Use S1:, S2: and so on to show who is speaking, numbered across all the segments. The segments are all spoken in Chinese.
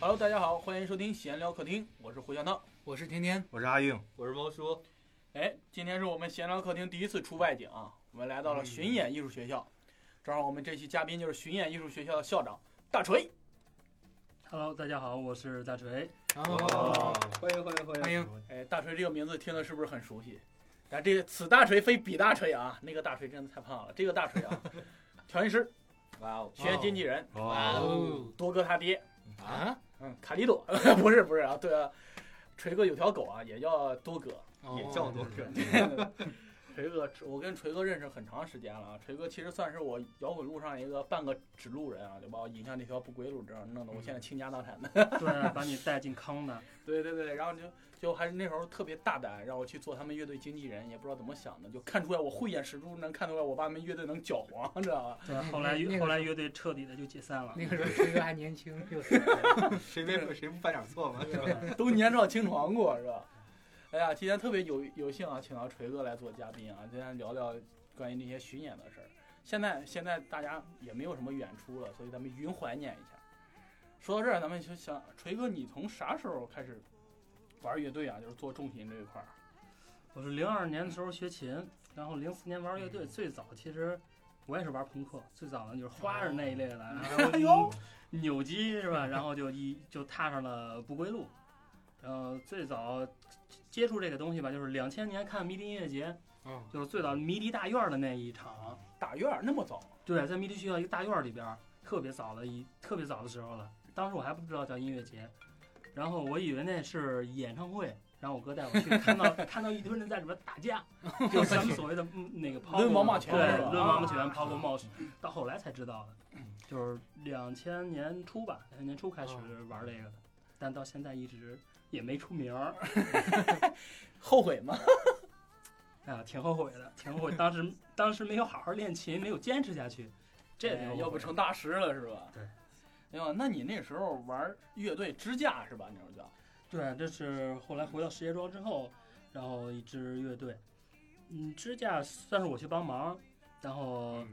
S1: Hello，大家好，欢迎收听闲聊客厅，我是胡小闹。
S2: 我是天天，
S3: 我是阿硬，
S4: 我是猫叔，
S1: 哎，今天是我们闲聊客厅第一次出外景啊，我们来到了巡演艺术学校，正好我们这期嘉宾就是巡演艺术学校的校长大锤。
S5: Hello，大家好，我是大锤。
S2: 哦，
S4: 欢迎欢迎欢迎
S2: 欢迎
S1: 哎，大锤这个名字听的是不是很熟悉？但这个此大锤非彼大锤啊，那个大锤真的太胖了，这个大锤啊，调音师、
S4: 哇哦，
S1: 学院经纪人，
S2: 哇哦
S1: 多哥他爹，
S2: 啊，
S1: 嗯，卡里朵 不是不是啊，对啊，锤哥有条狗啊，也叫多哥，
S2: 哦
S4: 也叫多
S2: 个
S4: 个，
S1: 锤哥，我跟锤哥认识很长时间了啊。锤哥其实算是我摇滚路上一个半个指路人啊，就把我引向那条不归路，这样弄得我现在倾家荡产的。
S5: 对，把你带进康的。
S1: 对对对，然后就就还是那时候特别大胆，让我去做他们乐队经纪人，也不知道怎么想的，就看出来我慧眼识珠，能看出来我把他们乐队能搅黄，知道吧？
S5: 对，后来
S2: 那个
S5: 后来乐队彻底的就解散了。
S2: 那个时候谁哥还年轻，又是
S4: 谁没谁不犯点错嘛？
S5: 对
S1: 都年少轻狂过，是吧？哎呀，今天特别有有幸啊，请到锤哥来做嘉宾啊，今天聊聊关于那些巡演的事儿。现在现在大家也没有什么演出了，所以咱们云怀念一下。说到这儿，咱们就想，锤哥，你从啥时候开始玩乐队啊？就是做重琴这一块儿。
S5: 我是零二年的时候学琴，然后零四年玩乐队。
S2: 嗯
S5: 最早其实我也是玩朋克，最早呢就是花儿那一类的，
S2: 哦哎
S5: 然后你扭机是吧？然后就一就踏上了不归路。然后最早接触这个东西吧，就是两千年看迷笛音乐节，
S2: 嗯
S5: 就是最早迷笛大院儿的那一场。
S1: 大院儿那么早，
S5: 对，在迷笛学校一个大院儿里边儿，特别早的一特别早的时候了。当时我还不知道叫音乐节，然后我以为那是演唱会，然后我哥带我去，看到 看到一堆人在里边打架，就是咱们所谓的嗯那个抛
S1: 抡
S5: 过
S1: 王八拳
S5: 对
S1: 是吧，
S5: 抡王八拳、
S2: 啊
S5: 抛过帽子，到后来才知道的，就是两千年初吧，两千年初开
S1: 哦
S5: 始玩这个的，但到现在一直也没出名儿，
S1: 后悔吗？
S5: 哎呀，挺后悔的，挺后悔，当时当时没有好好练琴，没有坚持下去，这挺后
S1: 哎
S5: 悔的
S1: 要不成大师了是吧？
S5: 对。
S1: 哎呦，那你那时候玩乐队支架是吧？那时候叫
S5: 对，啊这是后来回到石家庄之后，然后一支乐队，嗯，支架算是我去帮忙，然后
S1: 嗯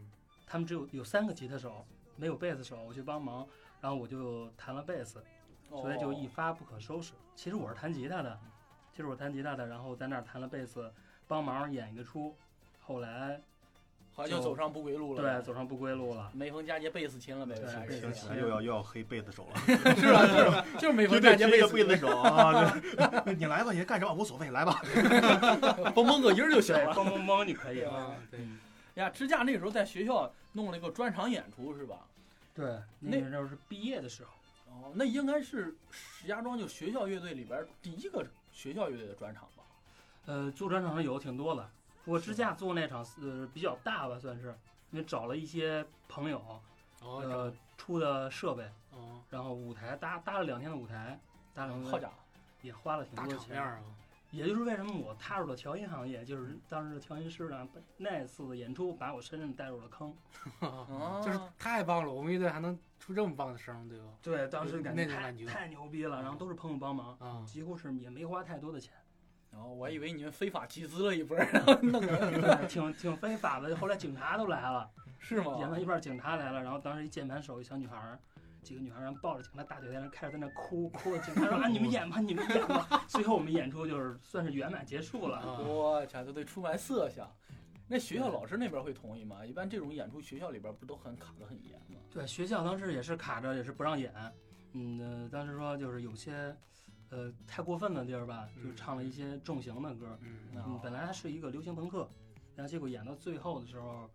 S5: 他们只有有三个吉他手，没有贝斯手，我去帮忙，然后我就弹了贝斯，所以就
S1: 哦
S5: 一发不可收拾。其实我是弹吉他的，其实我弹吉他的，然后在那儿弹了贝斯，帮忙演一个出，后来
S1: 好像就
S5: 就
S1: 走上不归路了。嗯
S5: 对走上不归路了。
S1: 梅峰佳节贝斯亲了呗，
S5: 对
S1: 是吧
S5: 贝斯
S3: 行
S5: 琴
S3: 行，又要又要黑贝斯手了，
S1: 是吧？是吧就是梅峰佳节贝
S3: 这
S1: 斯
S3: 贝斯手啊！这 你来吧，你干什么无所谓，来吧。
S1: 蹦蹦个音儿就行
S5: 对，
S1: 了。嗯
S5: 嘣嘣嘣就可以了。
S2: 啊，对，
S1: 哎呀，支架那时候在学校弄了一个专场演出是吧？
S5: 对，
S1: 那
S5: 那个时候是毕业的时候。
S1: 哦，那应该是石家庄就学校乐队里边第一个学校乐队的专场吧？
S5: 呃，做专场的有挺多的，我支架做那场呃比较大吧，算是，因为找了一些朋友，
S2: 哦，
S5: 呃出的设备，
S2: 哦，
S5: 然后舞台搭搭了两天的舞台，搭了两天
S1: 好家伙，
S5: 也花了挺
S2: 大
S5: 多的
S2: 场面
S5: 钱。
S2: 啊，
S5: 也就是为什么我踏入了调音行业，就是当时的调音师呢，把那次的演出把我深深地带入了坑。
S1: 啊
S2: 哦就是太棒了，我们乐队还能出这么棒的声，对吧？
S5: 对，当时
S2: 时
S5: 感
S2: 感觉
S5: 觉太
S2: 太
S5: 太牛逼了，然后都是朋友帮忙，
S2: 啊，
S5: 几乎是也没花太多的钱，
S1: 然后哦我还以为你们非法集资了一波儿，
S5: 对，挺挺非法的。后来警察都来了。
S1: 是吗？
S5: 演到一半，警察来了，然后当时一键盘手一小女孩儿，几个女孩儿然后抱着警察大腿在那开始在那哭哭，警察说啊你们演吧，你们演吧。最后我们演出就是算是圆满结束了。
S1: 嗯
S2: 啊
S1: 我去，都得出卖色相。那学校老师那边会同意吗？一般这种演出学校里边不都很卡得很严吗？
S5: 对，学校当时也是卡着，也是不让演。嗯，呃当时说就是有些，呃，太过分的地儿吧，就
S2: 嗯
S5: 唱了一些重型的歌儿。
S2: 嗯，
S1: 啊
S5: 嗯，本来是一个流行朋克，然后结果演到最后的时候，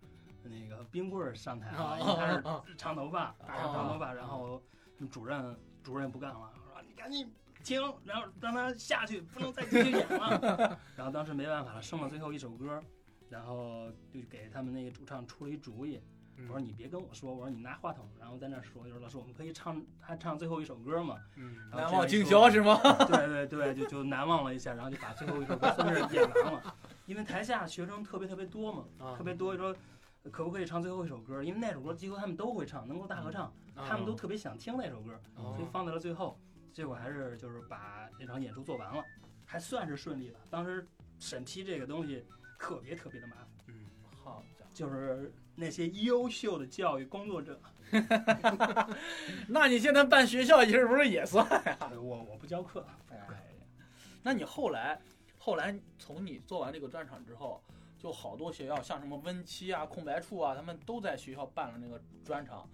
S5: 那个冰棍儿上台了，因为他是
S2: 啊，
S5: 长头发，大家长头发，
S2: 哦
S5: 然后主任主任不干了，说你赶紧停，然后让他下去，不能再继续演了。 然后当时没办法了，剩了最后一首歌，然后就给他们那个主唱出了一主意，
S2: 嗯
S5: 我说你别跟我说，我说你拿话筒，然后在那说，就是老师我们可以唱还唱最后一首歌 嘛，
S2: 嗯，
S5: 然
S1: 难
S5: 后
S1: 忘
S5: 这
S1: 今
S5: 样一
S1: 宵
S5: 说
S1: 是吗？
S5: 对对对，就就难忘了一下，然后就把最后一首歌算是演完了，因为台下学生特别特别多嘛，
S2: 啊，
S5: 特别多说。可不可以唱最后一首歌？因为那首歌几乎他们都会唱，能够大合唱。
S2: 嗯
S5: 他们都特别想听那首歌，
S2: 哦
S5: 所以放在了最后。结果还是就是把那场演出做完了，还算是顺利吧。当时审批这个东西特别特别的麻烦，
S1: 好家伙，
S5: 就是那些优秀的教育工作者。
S1: 那你现在办学校是不是也算？
S5: 我我不教课，啊
S1: 哎，那你后来后来从你做完这个专场之后，就好多学校像什么温七啊、空白处啊，他们都在学校办了那个专场。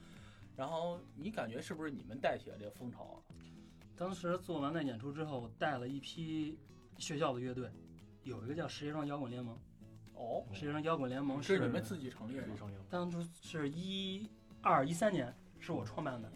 S1: 然后你感觉是不是你们带起了这个风潮啊？
S5: 当时做完那演出之后，带了一批学校的乐队，有一个叫石家庄摇滚联盟。
S1: 哦，
S5: 石家庄摇滚联盟
S1: 是
S5: 嗯是
S1: 你们自己成立的吗？
S5: 当初是一二一三年是我创办的，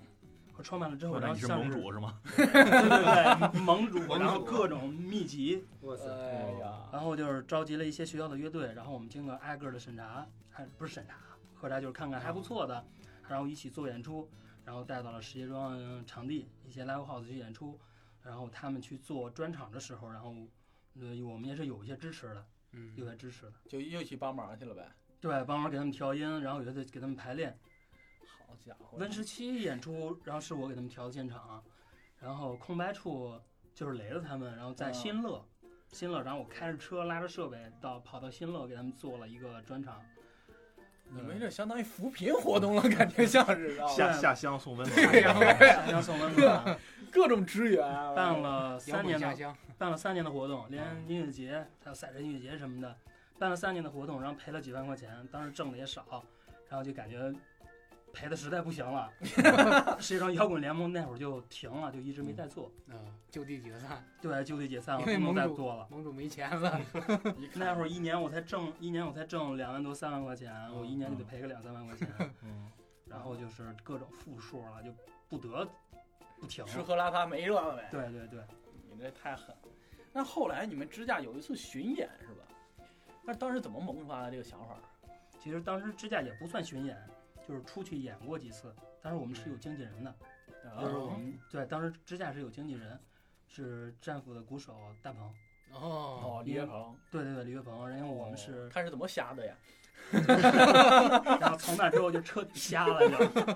S5: 我创办了之后，然后
S3: 你是
S5: 像
S3: 盟，主是吗？
S5: 对对对，盟主，
S4: 盟主
S5: 然后各种秘籍，
S4: 哇塞，
S1: 哎呀，
S5: 然后就是召集了一些学校的乐队，然后我们经过挨个的审查，还不是审查，核查就是看看还不错的，然后一起做演出，然后带到了石家庄呃场地一些 live house 去演出，然后他们去做专场的时候，然后呃我们也是有一些支持的，有
S2: 嗯，
S5: 些支持的，
S1: 就又去帮忙去了呗。
S5: 对，帮忙给他们调音，然后有些给他们排练。
S1: 好家伙，
S5: 温十七演出，然后是我给他们调的现场，啊然后空白处就是雷子他们，然后在新乐，新乐，然后我开着车拉着设备到跑到新乐给他们做了一个专场。呃
S1: 你们这相当于扶贫活动了，感觉像是 啊，
S3: 下下乡送温暖。
S1: 对呀
S5: 下乡送温暖，
S1: 各种支援，啊
S5: 办了
S2: 摇
S5: 三
S2: 滚
S5: 年
S2: 家
S5: 的
S2: 乡，
S5: 办了三年的活动，连音乐节还有赛车音乐节什么的，办了三年的活动，然后赔了几万块钱，当时挣的也少，然后就感觉赔的实在不行了。 石家庄摇滚联盟那会儿就停了，就一直没再做。
S2: 嗯，就地解散，
S5: 对，就地解散了，
S2: 因
S5: 不
S2: 为
S5: 能再
S2: 盟主
S5: 做了。
S2: 盟主没钱了，
S1: 一看
S5: 那会儿一年我才挣一年我才挣两万多三万块钱，我一年就得赔个两三万块钱，
S3: 嗯
S5: 然后就是各种负数了，就不得不停
S1: 吃
S5: 了。
S1: 喝拉撒没热了呗。
S5: 对对对，
S1: 你这太狠了。那后来你们支架有一次巡演是吧？那当时怎么萌发的这个想法？
S5: 其实当时支架也不算巡演，就是出去演过几次，但是我们是有经纪人的，
S1: 啊嗯
S5: 就是我们对当时支架是有经纪人，是战斧的鼓手大鹏，
S2: 哦，
S1: 哦，李岳鹏，
S5: 对对对李岳鹏，然后我们是
S1: 他是怎么瞎的呀？
S5: 然后从那之后就彻底瞎了就。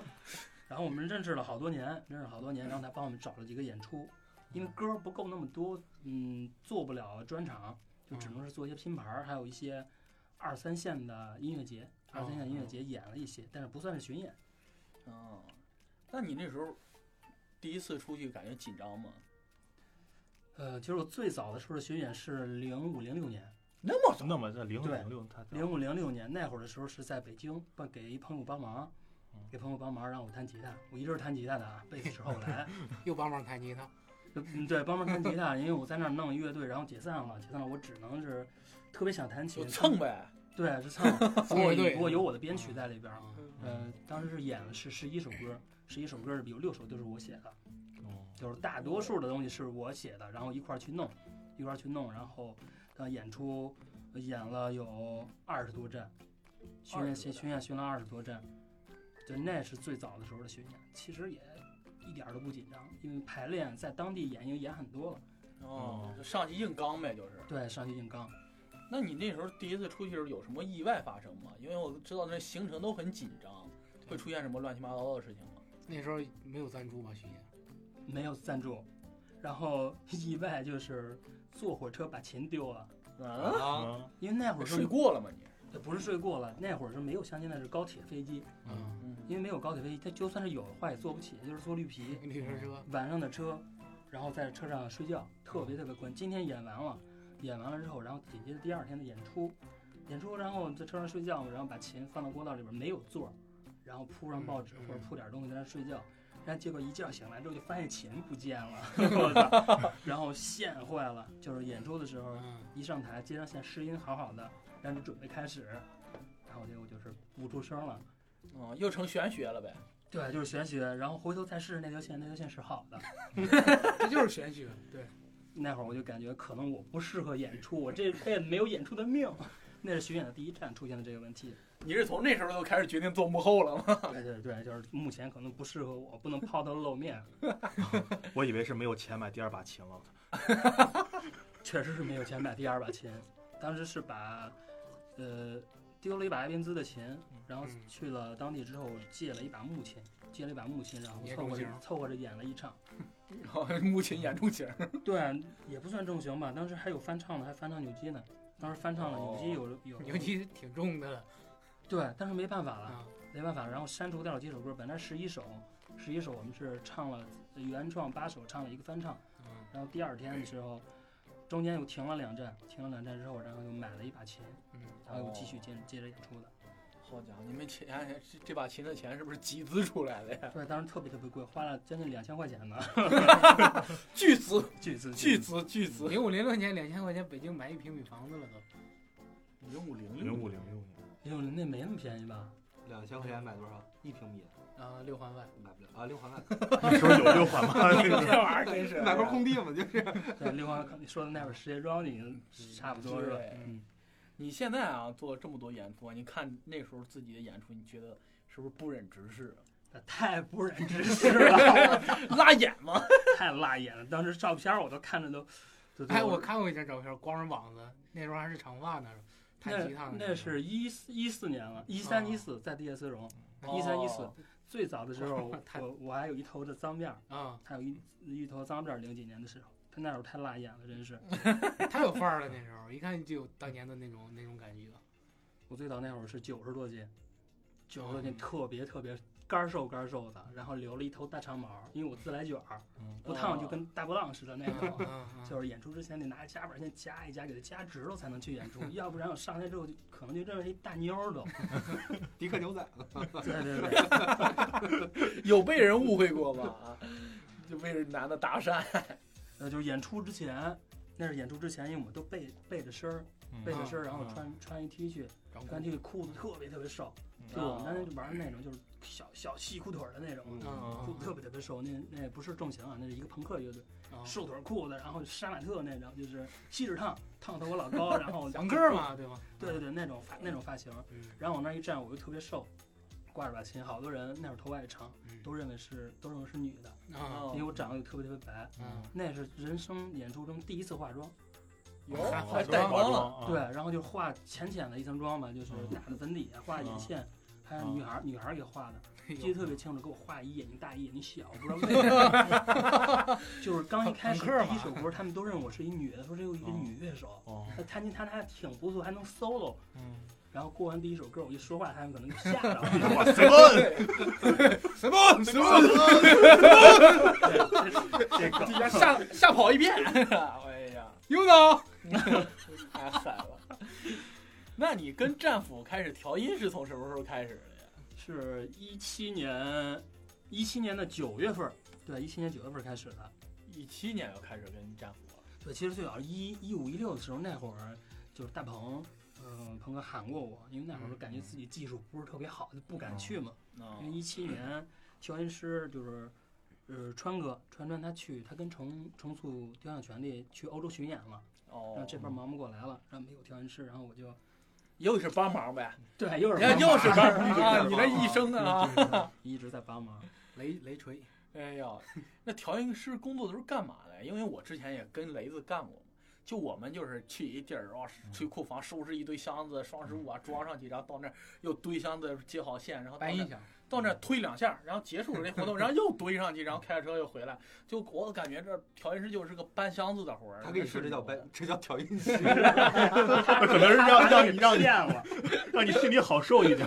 S5: 然后我们认识了好多年，认识好多年，然后他帮我们找了几个演出，因为歌儿不够那么多，嗯，做不了专场，就只能是做一些拼盘儿，还有一些二三线的音乐节，二三线音乐节演了一些，但是不算是巡演。
S1: 嗯，那你那时候第一次出去感觉紧张吗？
S5: 呃，其实我最早的时候的巡演是零五零六年，
S1: 那么
S3: 那么这零
S5: 对
S3: 零六他
S5: 零五零六年那会儿的时候是在北京帮给一朋友帮忙
S3: 嗯，
S5: 给朋友帮忙让我弹吉他，我一直是弹吉他的啊，贝斯是后来。
S2: 又帮忙弹吉他，
S5: 嗯，对，帮忙弹吉他，因为我在那儿弄乐队，然后解散了，解散了，我只能是特别想弹
S1: 就
S5: 琴，
S1: 蹭呗。
S5: 对，是蹭，不过
S2: 乐队
S5: 不过有我的编曲在里边儿。
S2: 嗯
S1: 哦
S5: 呃，当时是演了是十一首歌，十一首歌有六首都是我写的，
S3: 哦
S5: 就是大多数的东西是我写的，然后一块儿去弄，一块儿去弄，然后呃演出呃演了有二十多站，巡
S1: 20
S5: 演
S1: 多站
S5: 巡演巡了二十多站，就那是最早的时候的巡演，其实也一点儿都不紧张，因为排练在当地演已经演很多了。
S1: 哦，就上去硬刚呗，就是。
S5: 对，上去硬刚。
S1: 那你那时候第一次出去时候有什么意外发生吗？因为我知道那行程都很紧张，会出现什么乱七八糟的事情吗？
S2: 那时候没有赞助吧，徐姐？
S5: 没有赞助，然后意外就是坐火车把琴丢了，
S1: 嗯，
S4: 啊，
S5: 因为那会儿
S1: 睡
S5: 是
S1: 过了吗你？
S5: 呃不是睡过了，那会儿是没有像现在是高铁飞机，
S2: 嗯，
S1: 嗯，
S5: 因为没有高铁飞机，它就算是有的话也坐不起，就是坐绿皮，
S2: 绿皮车，
S5: 晚上的车，然后在车上睡觉，特别特别困。今天演完了，演完了之后，然后紧接着第二天的演出，演出然后在车上睡觉嘛，然后把琴放到过道里边没有座儿，然后铺上报纸
S2: 嗯
S5: 或者铺点东西在那睡觉，然后结果一觉醒来之后就发现琴不见了我 操，然后线坏了，就是演出的时候
S2: 嗯，
S5: 一上台接上线试音好好的，然后就准备开始，然后结果就是不出声了。
S1: 哦，又成玄学了呗。
S5: 对，就是玄学，然后回头再试试那条线，那条线是好的。
S2: 这就是玄学，对，
S5: 那会儿我就感觉可能我不适合演出，我这辈子没有演出的命。那是巡演的第一站出现的这个问题。
S1: 你是从那时候就开始决定做幕后了吗？
S2: 啊
S5: 对对对，就是目前可能不适合我，不能抛头露面，
S3: 我以为是没有钱买第二把琴了。
S5: 确实是没有钱买第二把琴。当时是把，呃，丢了一把艾宾兹的琴，然后
S2: 嗯
S5: 去了当地之后借了一把木琴，借了一把木琴，然后
S2: 也
S5: 凑
S2: 中
S5: 合着
S2: 型
S5: 凑合着演了一场。
S1: 木琴演出型，
S5: 对，也不算正型吧，
S2: 哦
S5: 当时还有翻唱的，还翻唱扭机呢。当时翻唱了扭机有有
S2: 尤其挺重的了，
S5: 对，但是没办法了，
S2: 啊，
S5: 没办法。然后删除掉了几首歌，本来十一首，十一首我们是唱了原创八首，唱了一个翻唱。
S2: 嗯
S5: 然后第二天的时候，中间又停了两站，停了两站之后，然后又买了一把琴，
S2: 嗯，
S5: 然后又继续接接着演出的。
S1: 好家伙，你们前这这把琴的钱是不是集资出来的
S2: 哎
S1: 呀？
S5: 对，当时特别特别贵，花了将近两千块钱呢，
S1: 巨资，
S5: 巨资
S1: 巨资，巨资！
S2: 零五零六年两千块钱北京买一平米房子了都，
S1: 零五零
S3: 零五零六年，
S5: 哎呦，那没那么便宜吧？
S4: 两千块钱买多少？一平米
S2: 啊，六环外，
S4: 买不了啊，六环外
S3: 那时候有六环吗？
S1: 这玩意儿真是
S4: 买块空地嘛，就是
S5: 对，另外你说的那会儿石家庄已经差不多是吧？
S1: 对
S5: 嗯，
S1: 你现在啊，做这么多演出啊，你看那时候自己的演出，你觉得是不是不忍直视？
S5: 那太不忍直视了，
S1: 辣眼吗？
S5: 太辣眼了。当时照片我都看着都，都
S2: 哎，
S5: 都
S2: 我看过一张照片，光着膀子，那时候还是长发呢，弹吉他呢
S5: 那那是一四一四年了，一
S2: 啊
S5: 三一四在地下丝绒，一三一四
S1: 哦
S5: 最早的时候
S2: 太
S5: 我，我我还有一头的脏辫儿，
S2: 啊，
S5: 还有一一头脏辫儿，零几年的时候，他那会儿太辣眼了，真是。
S2: 嗯太有范儿了，那时候一看就有当年的那种那种感 觉。
S5: 我最早那会儿是九十多斤，九十多斤
S2: 嗯
S5: 特别特别干瘦干瘦的，然后留了一头大长毛，因为我自来卷儿，
S2: 嗯
S5: 不烫就跟大波浪似的那种。
S2: 嗯
S5: 就是演出之前得拿夹板先夹一夹，给它夹直了才能去演 出，要不然我上台之后就可能就认为一大妞儿都。
S4: 迪克牛仔
S5: 对对对，
S1: 有被人误会过吗？啊，就被人男的搭讪，
S5: 呃，就是演出之前，那是演出之前，因为我们都背背着身儿，背着身儿，然后穿穿一 T 恤，穿 T 恤裤子特别特别瘦，就我们当时就玩那种就是小小细裤腿儿的那
S2: 嗯
S5: 种。裤子特别特别瘦，那那也不是重型啊，那是一个朋克乐队，
S2: 啊嗯
S5: 瘦腿儿裤子，然后杀马特那种，就是锡纸烫，烫头发老高，然 后
S2: 杨哥，嗯嘛，对吧？
S5: 对对对，那种发那种发型，
S2: 嗯
S5: 然后往那儿一站，我又特别瘦，挂着把琴，好多人那会儿头发也长，
S2: 嗯
S5: 都认为是都认为是女的，
S2: 啊
S5: 因为我长得又特别特别白，
S2: 嗯，
S5: 那是人生演出中第一次化妆，
S1: 有
S2: 哦
S1: 还带光了，
S4: 啊
S3: 了
S5: 对，，然后就化浅浅的一层妆吧，就是
S3: 嗯
S5: 打的粉底，画眼线，还有女孩女孩给画的，
S2: 哎
S5: 记得特别清楚，给我画一眼睛大一眼睛小，不知道为什么，就是刚一开始
S2: 朋克嘛
S5: 第一首歌，他们都认为我是一女的，说这有一个
S3: 嗯
S5: 女乐手，
S3: 哦，
S5: 她弹琴弹的还挺不错，还能 solo。
S3: 嗯，
S5: 然后过完第一首歌，我一说话，他们可能就吓着了。
S3: 哇，谁问？
S1: 什么什么，
S5: 这个
S1: 吓 吓跑一遍。哎呀，有脑， 太狠了。那你跟战斧开始调音是从什么时候开始的呀？
S5: 是一七年，一七年的九月份儿，对，一七年九月份儿开始的。
S1: 一七年就开始跟战斧了。
S5: 对，其实最早一一五一六的时候，那会儿就是大鹏，嗯，鹏哥喊过我，因为那会儿感觉自己技术不是特别好，就不敢去嘛。因
S1: 嗯
S5: 为一七年调音师就是，呃，川哥，川川他去，他跟重重塑雕像权力去欧洲巡演了，然
S1: 哦
S5: 后，这边忙不过来了，然后没有调音师，然后 我就
S1: 又是帮忙呗，
S5: 对，又
S1: 你
S5: 是
S1: 看
S5: 帮
S1: 又是
S5: 忙
S1: 帮忙
S4: 一直
S1: 啊！你这
S4: 在帮忙
S1: 一生啊，
S5: 一直在帮忙。
S2: 雷雷锤，
S1: 哎呀，那调音师工作都是干嘛的？因为我之前也跟雷子干过嘛，就我们就是去一地儿，然后去库房收拾一堆箱子，双十五啊装上去，然后到那儿又堆箱子接好线，
S5: 啊
S1: 然后到那
S2: 白音
S1: 儿
S2: 响，
S1: 到那儿推两下，然后结束这 活动，然后又堆上去，然后开着车又回来。就我感觉这调音师就是个搬箱子的活儿。
S4: 他跟你说这叫白，这叫调音师，
S5: 可
S3: 可能是让让你让你
S5: 骗我，
S3: 让你心里好受一点，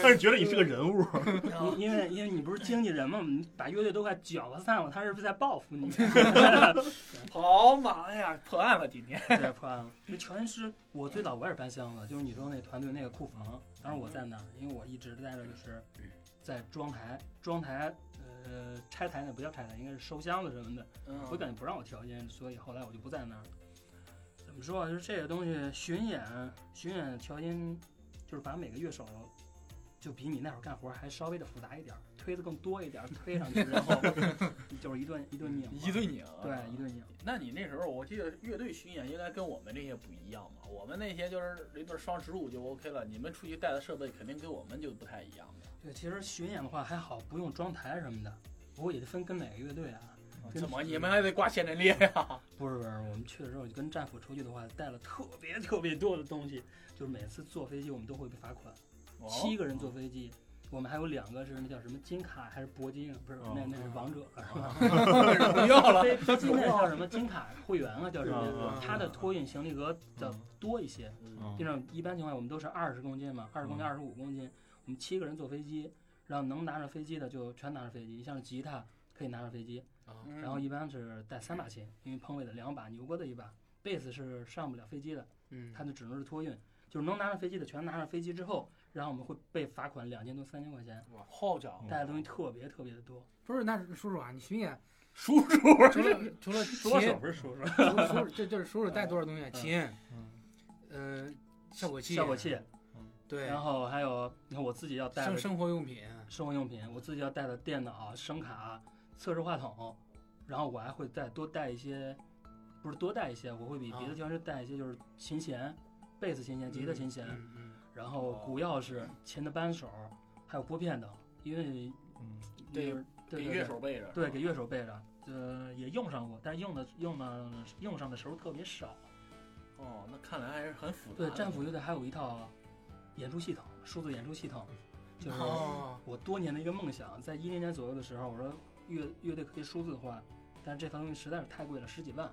S3: 但是觉得你是个人物。
S1: 啊
S5: 因因为因为你不是经纪人吗？你把乐队都快搅和散了，他是不是在报复你？
S1: 好忙哎呀，破案了今天。
S5: 对，破
S1: 啊
S5: 案了。这全是我最早我也是搬箱子，就是你说那团队那个库房，当时我在那儿，因为我一直在这儿就是在装台，装台呃拆台那不叫拆台，应该是收箱子什么的。我
S1: 嗯，
S5: 感觉不让我调音，所以后来我就不在那儿。怎么说啊？就是这个东西巡演，巡演调音，就是把每个乐手就比你那会儿干活还稍微的复杂一点儿，推的更多一点儿，推上去， 然后就是一顿一顿拧嘛，
S1: 一顿拧啊，
S5: 对一顿拧。
S1: 那你那时候，我记得乐队巡演应该跟我们这些不一样嘛？我们那些就是一顿双十五就 OK 了，你们出去带的设备肯定跟我们就不太一样的。
S5: 对，其实巡演的话还好，不用装台什么的，不过也得分跟哪个乐队啊。真
S1: 怎么
S5: 是
S1: 你们还得挂线阵列 呀、
S5: 不是不是，我们去的时候就跟战斧出去的话，带了特
S1: 哦
S5: 别特别多的东西，就是每次坐飞机我们都会被罚款。七个人坐飞机，我们还有两个是那叫什么金卡还是铂金啊？不是，那那是王者了，是吧？
S1: 哦不要 了，
S5: 飞飞机那叫什么金卡会员啊，叫什
S1: 嗯
S5: 么
S1: 嗯？
S5: 它的托运行李额要多一些。
S4: 啊
S1: 嗯
S5: 地上一般情况下我们都是二十公斤嘛，二十公斤、
S3: 嗯
S5: 二十五公斤，我们七个人坐飞机，然后能拿上飞机的就全拿上飞机，像是吉他可以拿上飞机，
S2: 啊
S5: 然
S2: 嗯
S1: 嗯
S5: 后一般是带三把琴，因为彭伟的两把，牛哥的一把，贝斯是上不了飞机的，
S2: 嗯，
S5: 他就只能是托运，就是能拿上飞机的全拿上飞机之后，然后我们会被罚款两千多三千块钱，
S1: 好家伙，
S5: 带的东西特别特别的多，
S2: 不是，那叔叔啊，你巡演
S1: 叔叔，
S2: 除了除了琴，
S5: 说手不是说手，
S2: 除了叔叔这就是叔叔带多少东西啊？琴，嗯，效果器，
S5: 效果，器，
S2: 对，
S5: 然后还有你看我自己要带的
S2: 生生活用品，啊
S5: 生活用品，我自己要带的电脑、啊声卡、测试话筒，然后我还会再多带一些，不是多带一些，我会比别的地方是带一些，就是琴弦、贝斯琴弦、吉他琴弦，
S2: 啊嗯嗯
S5: 然后鼓钥匙、琴的扳手，还有拨片等，因为
S1: 对
S5: 就是对
S1: 给
S5: 对
S1: 乐
S5: 对
S1: 手备着，
S5: 对给乐手备着，呃，也用上过，但是用的用的用上的时候特别
S2: 啊
S5: 少。
S1: 哦，那看来还是很复杂
S5: 对，
S1: 的。
S5: 战斧乐队还有一套演出系统，数字演出系统，就是
S2: 嗯，哦，
S5: 我多年的一个梦想，在一零年左右的时候，我说乐乐队可以数字化，但是这套东西实在是太贵了，十几万，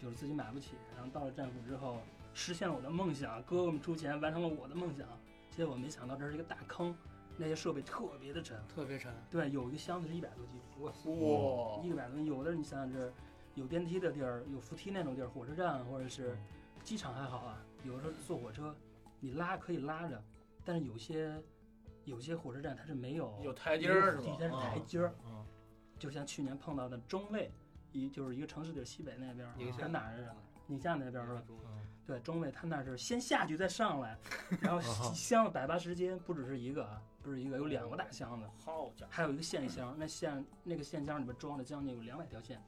S5: 就是自己买不起。然后到了战斧之后，实现了我的梦想，哥哥们出钱完成了我的梦想。结果没想到这是一个大坑，那些设备特别的沉。
S2: 特别沉，
S5: 对，有一个箱子是一百多斤，
S1: 哇，
S5: 一个百多斤，有的你想想这有电梯的地儿，有扶梯那种地儿，火车站或者是
S1: 嗯
S5: 机场还好啊，有的时候坐火车你拉可以拉着，但是有些有些火车站它是没有
S1: 有台阶儿是
S5: 地
S1: 吧？啊
S5: 下是台阶儿，
S3: 嗯
S5: 就像去年碰到的中卫，一就是一个城市的西北那边儿，啊
S4: 宁夏
S5: 他哪儿
S1: 嗯
S5: 是？宁夏那边儿是吧？
S3: 嗯
S5: 对，中卫他那儿是先下去再上 来，然后
S3: 哦
S5: 箱子百八十斤，不只是一个啊，不是一个，有两个大箱子，
S1: 好家伙，
S5: 还有一个线
S1: 嗯
S5: 箱，那线那个线箱里面装了将近有两百条线，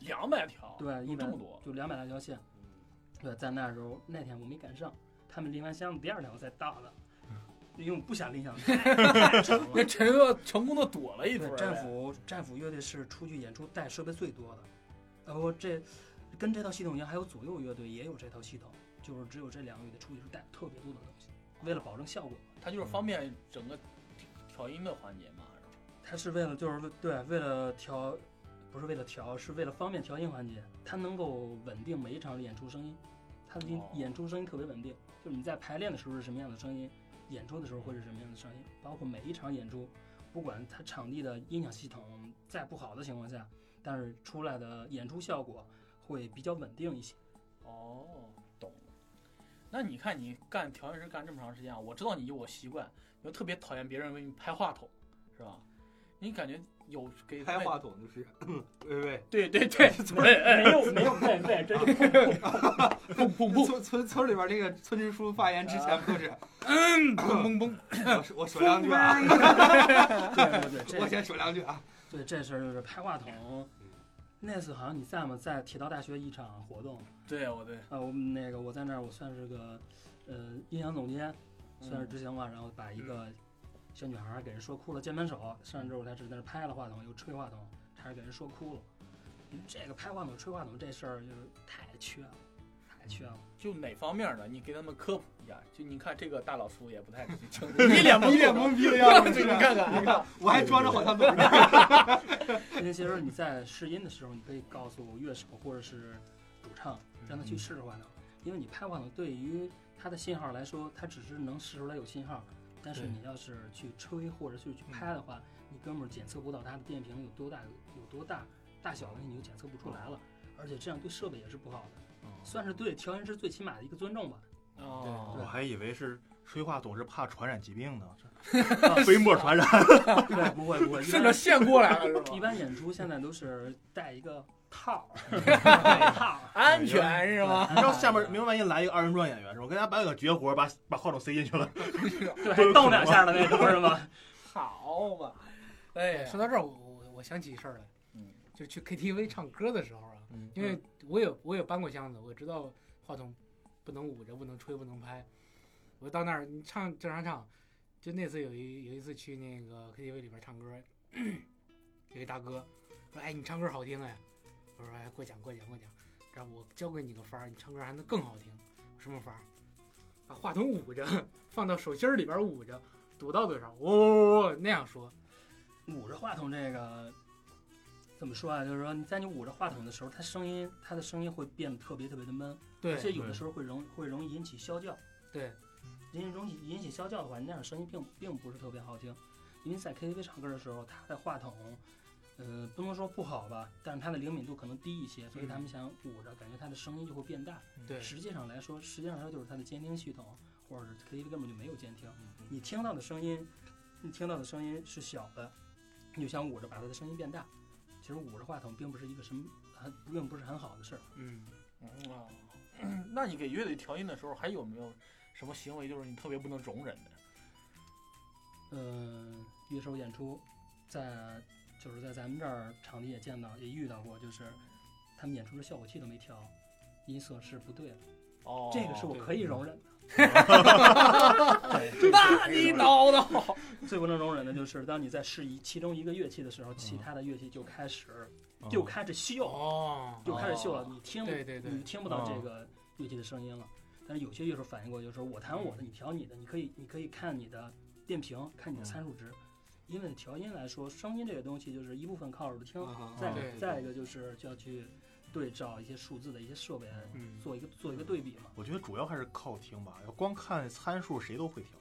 S1: 两百条，
S5: 对
S1: 有
S5: 一百
S1: 哦这么嗯多，
S5: 就两百来条线。对，在那时候那天我没赶上，他们拎完箱子第二天我才到的，
S1: 嗯
S5: 因为我不想拎箱子，太沉了
S1: 那陈哥成功的躲了一
S5: 对
S1: 轮，，
S5: 战斧战斧乐队是出去演出带设备最多的，然后这跟这套系统一样，还有左右乐队也有这套系统，就是只有这两个乐队出去是带特别多的东西，为了保证效果，
S1: 他就是方便整个调音的环节嘛，
S5: 它是为了就是对为了调，不是为了调，是为了方便调音环节，它能够稳定每一场的演出声音，它的音
S1: 哦
S5: 演出声音特别稳定，就是你在排练的时候是什么样的声音，演出的时候会是什么样的声音，包括每一场演出，不管它场地的音响系统再不好的情况下，但是出来的演出效果会比较稳定一些。
S1: 哦，懂了。那你看你干调音师干这么长时间啊，我知道你有我习惯，就特别讨厌别人为你拍话筒，是吧？你感觉有给
S4: 开话筒就是，喂喂，
S1: 对对对，对，哎，
S5: 没有没有对对，真是
S1: 砰砰砰，
S4: 村村村里边那个村支书发言之前不都是，
S1: 砰砰
S4: 我说我说两句啊，
S5: 对对对， 这
S4: 我先说两句啊，
S5: 对，这事儿就是拍话筒。那次好像你在吗？在铁道大学一场活动，
S1: 对，我对，
S5: 啊，我们那个我在那儿，我算是个呃音响总监，算是执行吧。然后把一个小女孩儿给人说哭了，键盘手上来之后，她只在那儿拍了话筒，又吹话筒，差点给人说哭了。因为这个拍话筒、吹话筒这事儿就是太缺了，太缺了。
S1: 就哪方面的，你给他们科普一下。就你看这个大老叔也不太清楚， 一脸懵
S4: 一脸
S1: 懂
S4: 懵逼的样
S1: 的，对
S4: 子，是
S1: 你
S4: 吧
S1: 看看啊，
S4: 我还装着好像懂着，
S5: 因为其实你在试音的时候，你可以告诉乐手或者是主唱，让他去试试话筒，因为你拍话筒对于它的信号来说，它只是能试出来有信号，但是
S3: 对
S5: 你要是去吹或者是去拍的话，你根本检测不到它的电瓶有多大有多大大小的，你就检测不出来了，而且这样对设备也是不好的，算是对调音师最起码的一个尊重吧。
S1: 哦
S3: 我还以为是吹话筒是怕传染疾病呢，
S5: 啊
S3: 飞沫传染。
S5: 对，不会不会，一
S1: 顺着
S5: 般
S1: 线过来了是吧
S5: 一？般演出现在都是带一个套 儿，带套儿。
S1: 安
S5: 哎
S1: 全是吗？
S3: 你知道下面明万一来一个二人转演员是吧？给大家摆个绝活，把把话筒塞进去了。
S5: 对， 还动两下的那种是吗？
S1: 好嘛，哎呀，
S2: 说到这儿，我我我想起一事儿来，
S1: 嗯，
S2: 就去 KTV 唱歌的时候啊，
S3: 嗯
S2: 因为我也我也搬过箱子，我知道话筒不能捂着，不能吹，不能拍。我到那儿你唱正常唱，就那次有一有一次去那个 KTV 里边唱歌， 有一大哥说：“哎，你唱歌好听哎。”我说：“哎，过奖过奖过奖，然后我教给你个法儿，你唱歌还能更好听。什么法儿？把话筒捂着，放到手心儿里边儿捂着，堵到嘴上，喔喔喔那样说，
S5: 捂着话筒这个怎么说啊？就是说你在你捂着话筒的时候，它声音它的声音会变得特别特别的闷，而且
S2: 对
S5: 有的时候会容会容易引起消叫。
S2: 对，
S5: 引容易引起消叫的话，你那样声音并并不是特别好听，因为在 KTV 唱歌的时候，它的话筒。呃，不能说不好吧，但是它的灵敏度可能低一些，
S2: 嗯
S5: 所以他们想捂着，感觉它的声音就会变大。
S2: 对，
S5: 实际上来说，实际上它就是它的监听系统，或者是 KTV 根本就没有监听。你听到的声音，你听到的声音是小的，你就想捂着把它的声音变大。其实捂着话筒并不是一个什么很，并不是很好的事儿。
S2: 嗯，
S1: 哦，那你给乐队调音的时候，还有没有什么行为就是你特别不能容忍的？
S5: 呃，乐手演出，在就是在咱们这儿场地也见到，也遇到过，就是他们演出的效果器都没调，音色是不对的，
S1: 哦，
S5: 这个是我可以容忍的。
S1: 那你叨叨，
S5: 最不能容忍的就是当你在试一其中一个乐器的时候，其他的乐器就开始
S3: 嗯
S5: 就开始秀，
S2: 哦，
S5: 就开始秀了，你听不
S2: 对对对
S5: 你
S4: 嗯
S5: 听不到这个乐器的声音了。但是有些乐手反应过，就是说我弹我的，你调你的，你可以你可以看你的电瓶，看你的参数值，因为调音来说，声音这个东西就是一部分靠耳朵听，
S1: 哦
S5: 再
S2: 对对
S5: 再一个就是就要去对照一些数字的一些设备
S2: 嗯，
S5: 做一个做一个对比嘛。
S3: 我觉得主要还是靠听吧，要光看参数谁都会调，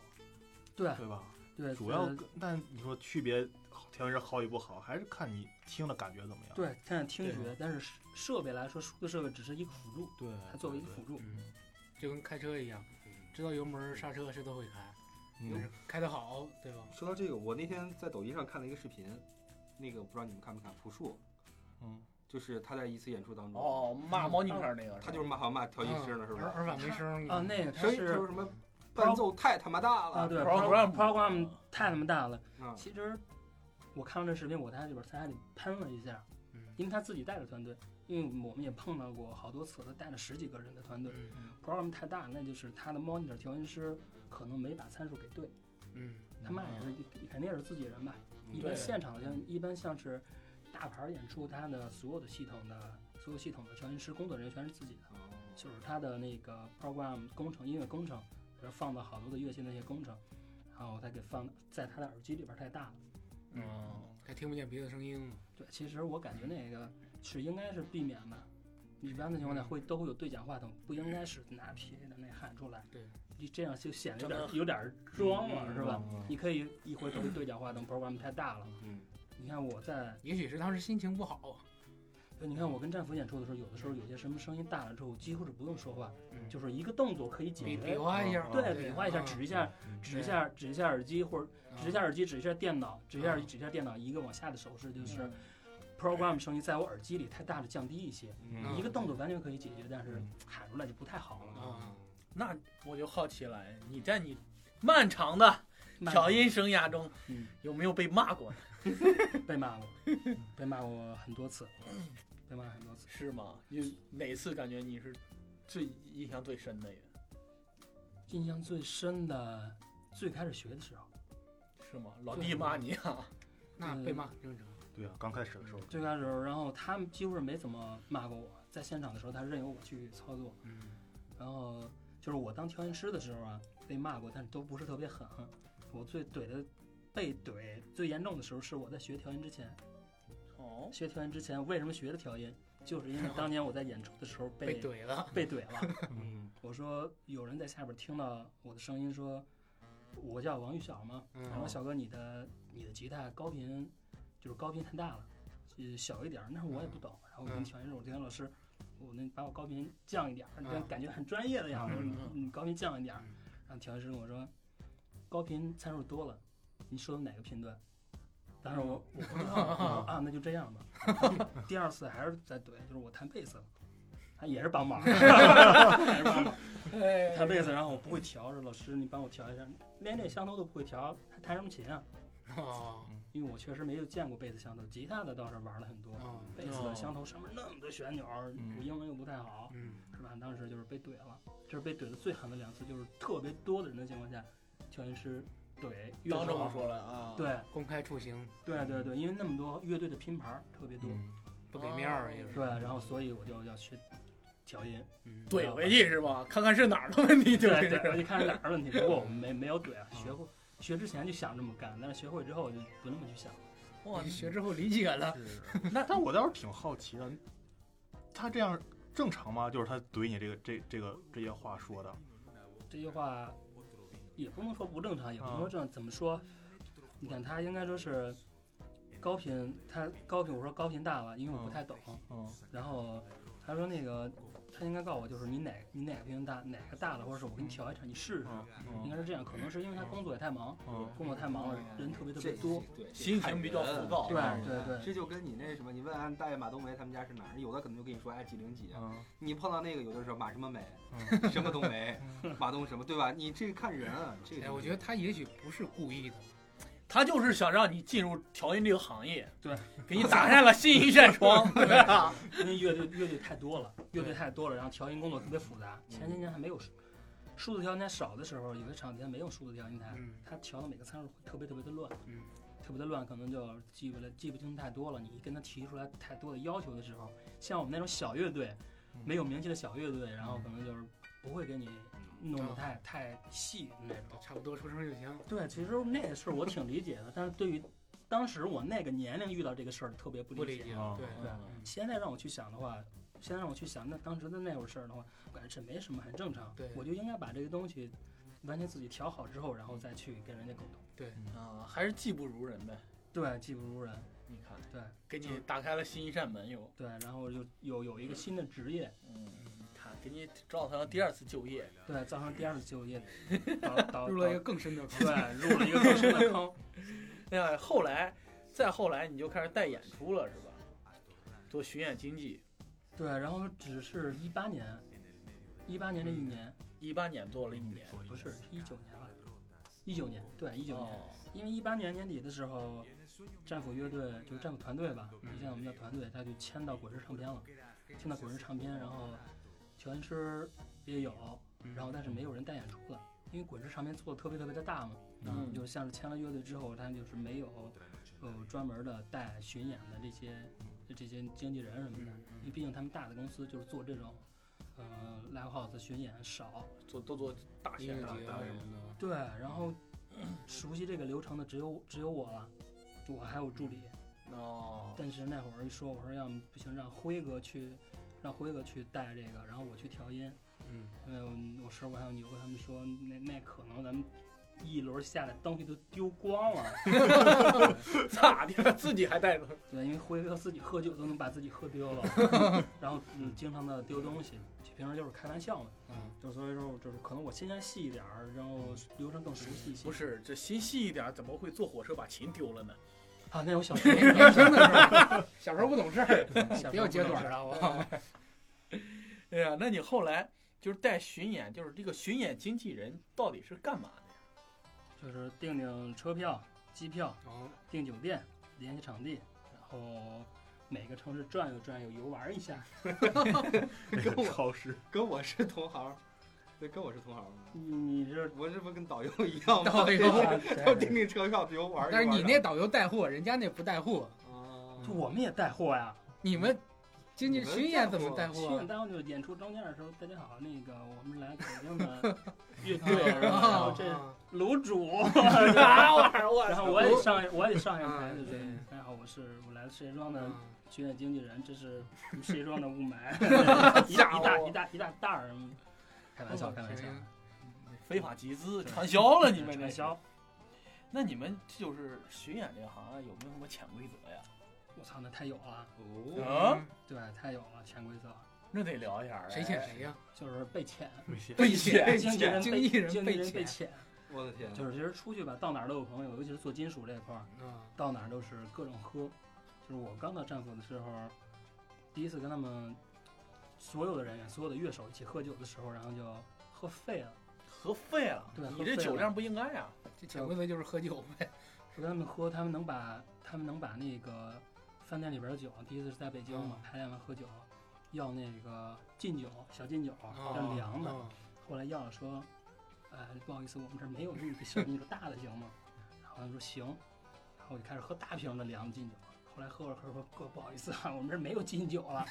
S5: 对
S3: 对吧？
S5: 对，
S3: 主要
S5: 呃
S3: 跟但你说区别调音师好与不好，还是看你听的感觉怎么样。
S5: 对看听
S3: 对
S5: 觉，但是设备来说，数字设备只是一个辅助，
S3: 对，
S5: 它作为一个辅助。
S2: 嗯，就跟开车一样，
S4: 嗯
S2: 知道油门、刹车谁都会开，但
S3: 嗯
S2: 是开得好，对吧？
S4: 说到这个，我那天在抖音上看了一个视频，那个我不知道你们看没看，朴树
S3: 嗯，
S4: 就是他在一次演出当中，
S1: 哦，骂猫腻片儿那个，
S4: 他就是骂好像骂调音师呢，是
S2: 嗯
S4: 吧？
S2: 耳耳返没声嗯
S5: 啊，那个它
S4: 声音
S5: 是
S4: 他说什么伴奏太他妈大了，
S5: 啊，对
S1: program
S5: program 太他妈大了。
S4: 嗯，
S5: 其实我看完这视频，我在里边儿在家里喷了一下，
S2: 嗯
S5: 因为他自己带着团队，因为我们也碰到过好多次，他带了十几个人的团队
S2: 嗯
S5: ，program 太大，那就是他的 monitor 调音师可能没把参数给对，
S2: 嗯
S4: 哦
S5: 他骂也是肯定也是自己人吧。一
S1: 对
S5: 般现场像一般像是大牌儿演出，他的所有的系统的所有系统的调音师工作人员全是自己的。就是它的那个 program 工程音乐工程，里边放了好多的乐器那些工程，然后它给放在他的耳机里边太大了。
S1: 嗯，
S2: 还听不见别的声音了。
S5: 对，其实我感觉那个是应该是避免的，一般的情况下会都会有对讲话筒，不应该是拿撇的那喊出来。
S2: 对，
S5: 你这样就显得有
S1: 这么
S5: 点有点装了，是吧？
S3: 嗯
S5: 你可以一回头对讲话筒 program 太大了。
S4: 嗯，
S5: 你看我在，呃
S2: 也许是当时心情不好，
S5: 你看我跟战斧演出的时候，有的时候有些什么声音大了之后，几乎是不用说话，
S2: 嗯
S5: 就是一个动作可以
S4: 嗯
S5: 解
S2: 比
S5: 决。
S2: 比划一下，
S5: 哦对，比划一下，
S2: 啊
S5: 指一下，
S3: 嗯
S5: 指一下，指一下耳机，或者指一下
S2: 嗯
S5: 耳机，指一下电脑，指一下耳
S2: 嗯
S5: 机，指一下电脑，一个往下的手势
S1: 嗯
S5: 就是 program 声音在我耳机里太大的降低一些，
S2: 嗯
S5: 一个动作完全可以解决，但是
S3: 嗯
S5: 喊出来就不太好了。
S2: 啊，
S1: 那我就好奇了，哎你在你漫长的
S5: 慢
S1: 调音生涯中
S5: 嗯，
S1: 有没有被骂过呢？
S5: 被 骂过，被骂过很多次，被骂很多次。
S1: 是吗？你哪次感觉你是最印象最深的呀？
S5: 印象最深的，最开始学的时候，
S1: 是吗？老弟骂你啊？
S2: 那
S5: 嗯
S2: 被骂很正常。
S3: 对啊，刚开始的时候，
S5: 最开始，然后他们几乎是没怎么骂过我，在现场的时候，他任由我去操作。
S2: 嗯
S5: 然后就是我当调音师的时候啊，被骂过，但是都不是特别狠。我最怼的，被怼最严重的时候是我在学调音之前。
S1: 哦，
S5: 学调音之前，为什么学的调音？就是因为当年我在演出的时候被
S2: 被怼了，
S5: 被怼了。
S3: 嗯
S5: 我说有人在下边听到我的声音说，我叫王玉晓嘛，然后
S2: 嗯
S5: 小哥你的你的吉他高频就是高频太大了，呃小一点儿。那时候我也不懂，然后我
S2: 嗯
S5: 跟调音师，我调音老师，我那把我高频降一点儿，
S2: 嗯
S5: 感觉很专业的样子，
S2: 嗯
S5: 你你高频降一点儿
S2: 嗯。
S5: 然后调音师跟我说，高频参数多了，你说的哪个频段？当时我
S2: 嗯
S5: 我不知道我说啊，那就这样吧。 第二次还是在怼，就是我弹贝斯了，他也是帮忙， 也是帮忙。
S1: 哎
S5: 弹贝斯，然后我不会调，说老师你帮我调一下，连这相头都不会调，还弹什么琴啊？
S2: 哦
S5: 因为我确实没有见过贝斯相头，吉他的倒是玩了很多，
S2: 哦，
S5: 贝斯的相头上面那么多旋钮，
S3: 嗯
S5: 我英文又不太好，
S2: 嗯
S5: 是吧？当时就是被怼了，这是被怼的最狠的两次，就是特别多的人的情况下，调音师怼乐
S1: 当着
S5: 手
S1: 我，说了啊？，
S5: 对
S2: 公开处刑
S5: 对对对，因为那么多乐队的拼盘特别多，
S3: 嗯，
S2: 不给面儿也是。
S5: 哦对，然后所以我就要去调音，
S2: 嗯
S1: 怼回去是吧？看看是哪儿的问题，就
S5: 对
S1: 是
S5: 对，我就看是哪儿的问题，不过我们没没有怼啊，学过学之前就想这么干，但是学会之后就不那么去想。
S1: 哇
S2: 你，学之后理解了，
S3: 那但我倒是挺好奇的，他这样正常吗？就是他怼你这个这这个这些话说的，
S5: 这句话也不能说不正常，也不能说正常，怎么说？你看他应该说是高频，他高频，我说高频大吧，因为我不太懂。
S3: 嗯，
S5: 然后他说那个，他应该告诉我，就是你哪你哪个频大，哪个大了，或者是我给你调一调，你试试。
S3: 嗯
S5: 应
S3: 嗯
S5: 该是这样，可能是因为他工作也太忙，
S3: 嗯，
S5: 工作太忙了，人特别特别多。，
S4: 对，
S1: 心情比较浮躁，啊
S5: 对对对，
S4: 这就跟你那什么，你问安大爷马冬梅他们家是哪儿，有的可能就跟你说哎几零几，
S3: 嗯
S4: 你碰到那个有的时候马什么梅，
S3: 嗯
S4: 什么冬梅，马冬什么，对吧？你这个看人，这
S2: 哎，
S4: 个
S2: 我觉得他也许不是故意的，
S1: 他就是想让你进入调音这个行业，
S5: 对，
S1: 给你打开了新一扇窗， 对啊吧？
S5: 因为乐队乐队太多了，乐队
S1: 对
S5: 太多了，然后调音工作特别复杂。前些年还没有数数字调音台少的时候，有的场地它没有数字调音台，
S2: 嗯
S5: 它调的每个参数特别特别的乱，
S2: 嗯，
S5: 特别的乱，可能就记不了记不清太多了。你跟他提出来太多的要求的时候，像我们那种小乐队
S3: 嗯，
S5: 没有名气的小乐队，然后可能就是不会给你弄
S2: 哦
S5: 得太太细的那种。
S2: 差不多出声就行。
S5: 嗯对，其实那个事儿我挺理解的，但是对于当时我那个年龄遇到这个事儿特别不
S2: 不理
S5: 理
S2: 解，
S3: 啊
S2: 对，
S5: 对，现在让我去想的话，现在让我去想那当时的那会儿事儿的话，我感觉这没什么，很正常。
S2: 对
S5: 我就应该把这个东西完全自己调好之后，然后再去跟人家沟通。
S1: 啊，还是技不如人呗。
S5: 对，技不如人。
S1: 你看，
S5: 对
S1: 给
S4: 嗯
S1: 你打开了新一扇门又，
S5: 对，然后就有有一个新的职业，
S1: 嗯，看给你造成了第二次就业，
S5: 对，造成第二次就业，导导
S2: 入了一个更深的坑。
S5: 对，入了一个更深的坑。
S4: 嗯
S1: 那哎后来，再后来你就开始带演出了，是吧？做巡演经济，
S5: 对，然后只是一八年，一八年这一年、
S1: 一八年做了一年。
S5: 不是一九年吧？一九年，对，一九年。
S1: 哦，
S5: 因为一八年年底的时候，战斧乐队就是战斧团队吧，以前我们叫团队，他就签到滚石唱片了，签到滚石唱片，然后调音师也有，然后但是没有人带演出了，因为滚石唱片做的特别特别的大嘛，
S1: 嗯
S5: 就像是签了乐队之后，他就是没有呃专门的带巡演的这些这些经纪人什
S1: 嗯
S5: 么的，
S4: 嗯
S5: 因为毕竟他们大的公司就是做这种呃 live house 巡演少，
S1: 做都做大
S2: 音乐
S1: 线
S2: 节
S1: 上
S2: 啊什
S1: 的，
S2: 么的，
S5: 对，然后熟悉这个流程的只有只有我了，我还有助理。
S4: 嗯
S1: 哦，
S5: 但是那会儿一说，我说要么不行，让辉哥去，让辉哥去带这个，然后我去调音。
S2: 嗯，
S5: 嗯，我师傅还有牛哥他们说，那那可能咱们一轮下来东西都丢光了。
S1: 咋的？自己还带着，
S5: 对，因为辉哥自己喝酒都能把自己喝丢了，然后嗯，经常的丢东西，就平时就是开玩笑嘛。
S2: 嗯，
S5: 就所以说，就是可能我心态细一点儿，然后流程更熟悉一些。
S1: 不是这心细一点，怎么会坐火车把琴丢了呢？
S5: 啊，那 我小时候
S2: 真的是小时候不懂事儿，
S5: 小
S2: 不
S5: 时候
S2: 要
S5: 不
S2: 揭
S5: 懂
S2: 短
S5: 事
S2: 儿
S5: 儿
S2: 了，我。
S1: 哎呀，那你后来就是带巡演，就是这个巡演经纪人到底是干嘛的呀？
S5: 就是订订车票、机票、
S2: 哦，
S5: 订酒店、联系场地，然后每个城市转悠转悠、游玩一下。
S4: 跟 我
S3: 超市
S4: 跟我是同行，对，跟我是同行，
S5: 你这
S4: 我这不跟导游一样 吗？
S2: 导游
S4: 对
S5: 对
S4: 要订订车票，旅游玩儿一玩儿的。
S2: 但是
S1: 啊
S2: 你那导游带货，人家那不带货，
S4: 啊
S5: 就我们也带货呀，
S2: 你们经济
S4: 你们
S2: 巡演怎么带
S5: 巡演
S2: 货？啊
S5: 单位就是演出中间的时候，大家好，那个我们来北 京的乐队，然后然后这
S2: 啊
S5: 楼 主，
S1: 啥玩意儿？我
S5: 然后 我也上我也上一
S2: 啊
S5: 台，就是
S2: 对
S5: 大家好，我是我来自石家庄的
S2: 嗯
S5: 巡演经纪人，这是我们石家庄的雾 霾， 一大一大一大一大袋儿，嗯开玩笑开玩笑，
S2: 嗯
S5: 啊
S1: 非法集资传销了，你们这
S5: 传销。
S1: 那你们就是巡演这行啊有没有什么潜规则呀？
S5: 我操，那太有了，
S2: 嗯
S4: 哦，
S1: 啊，
S5: 对，太有了，潜规则
S1: 那得聊一下儿。哎
S2: 谁欠谁呀？
S5: 就是 被潜，
S3: 没写，
S1: 被潜，
S5: 经纪人
S2: 经纪人
S5: 经纪
S2: 被
S5: 人被
S2: 潜嗯
S5: 潜，
S4: 我的天，
S5: 就是其实出去吧，到哪儿都有朋友，尤其是做金属这一块儿，
S2: 啊，
S5: 到哪儿都是各种喝。就是我刚到战斧的时候，第一次跟他们所有的人员、所有的乐手一起喝酒的时候，然后就喝废了。
S1: 喝废了。
S5: 对
S1: 你
S5: 喝
S1: 这
S5: 废
S1: 酒
S5: 了
S1: 量不应该啊呀。
S2: 这潜规则就是喝酒呗。
S5: 我跟他们喝，他们能把他们能把那个饭店里边的酒，第一次是在北京
S2: 嗯
S5: 嘛，排练完喝酒，要那个劲酒、小劲酒，要凉的。
S2: 啊
S5: 后来要了说，呃，不好意思，我们这儿没有那个小那个大的行吗？然后他说行，然后我就开始喝大瓶的凉的劲酒。后来喝着喝着说哥不好意思啊，我们这儿没有 劲酒了，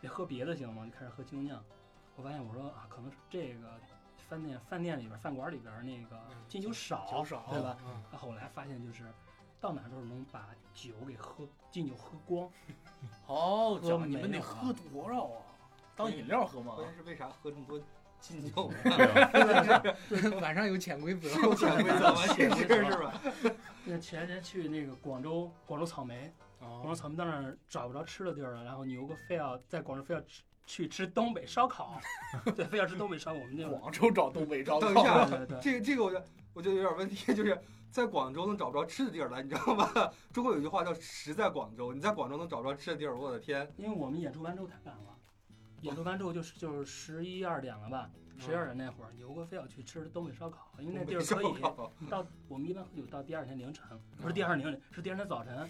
S5: 得喝别的行吗？就开始喝精酿。我发现我说啊，可能是这个饭店饭店里边儿饭馆里边儿那个
S2: 嗯
S5: 进酒
S2: 酒
S5: 少，
S2: 少
S5: 对吧？？
S2: 嗯
S5: 然后我来发现就是到哪儿都是能把酒给喝进酒喝光，
S1: 好家
S5: 喝
S1: 哦伙，你们得
S5: 没有啊
S1: 喝多少啊？当饮料喝吗？
S4: 关键是为啥喝这么多劲酒呢？
S3: 啊
S2: 啊 晚上有潜规则，
S4: 是有潜规 则吗？是是是吧？
S5: 那前年去那个广州广州草莓，
S2: 哦
S5: 广州草莓到那儿找不着吃的地儿了，然后牛哥非要在广州非要吃去吃东北烧烤， 对，非要吃东北烧烤。我们那 会儿
S1: 广州找啊东北烧
S4: 等一
S1: 烤，
S4: 下
S5: 对对 对，
S4: 这个这个我觉得我觉得有点问题，就是在广州能找不着吃的地儿了，你知道吗？ 中国有句话叫“食在广州”，你在广州能找不着吃的地儿，我的天！
S5: 因为我们演出完之后太晚了，演出完之后就是就是十一二点了吧，十二点那会儿，牛哥非要去吃东北烧烤，因为那地儿可以。到我们一般喝酒到第二天凌晨，不是第二天凌晨，是第二天早晨。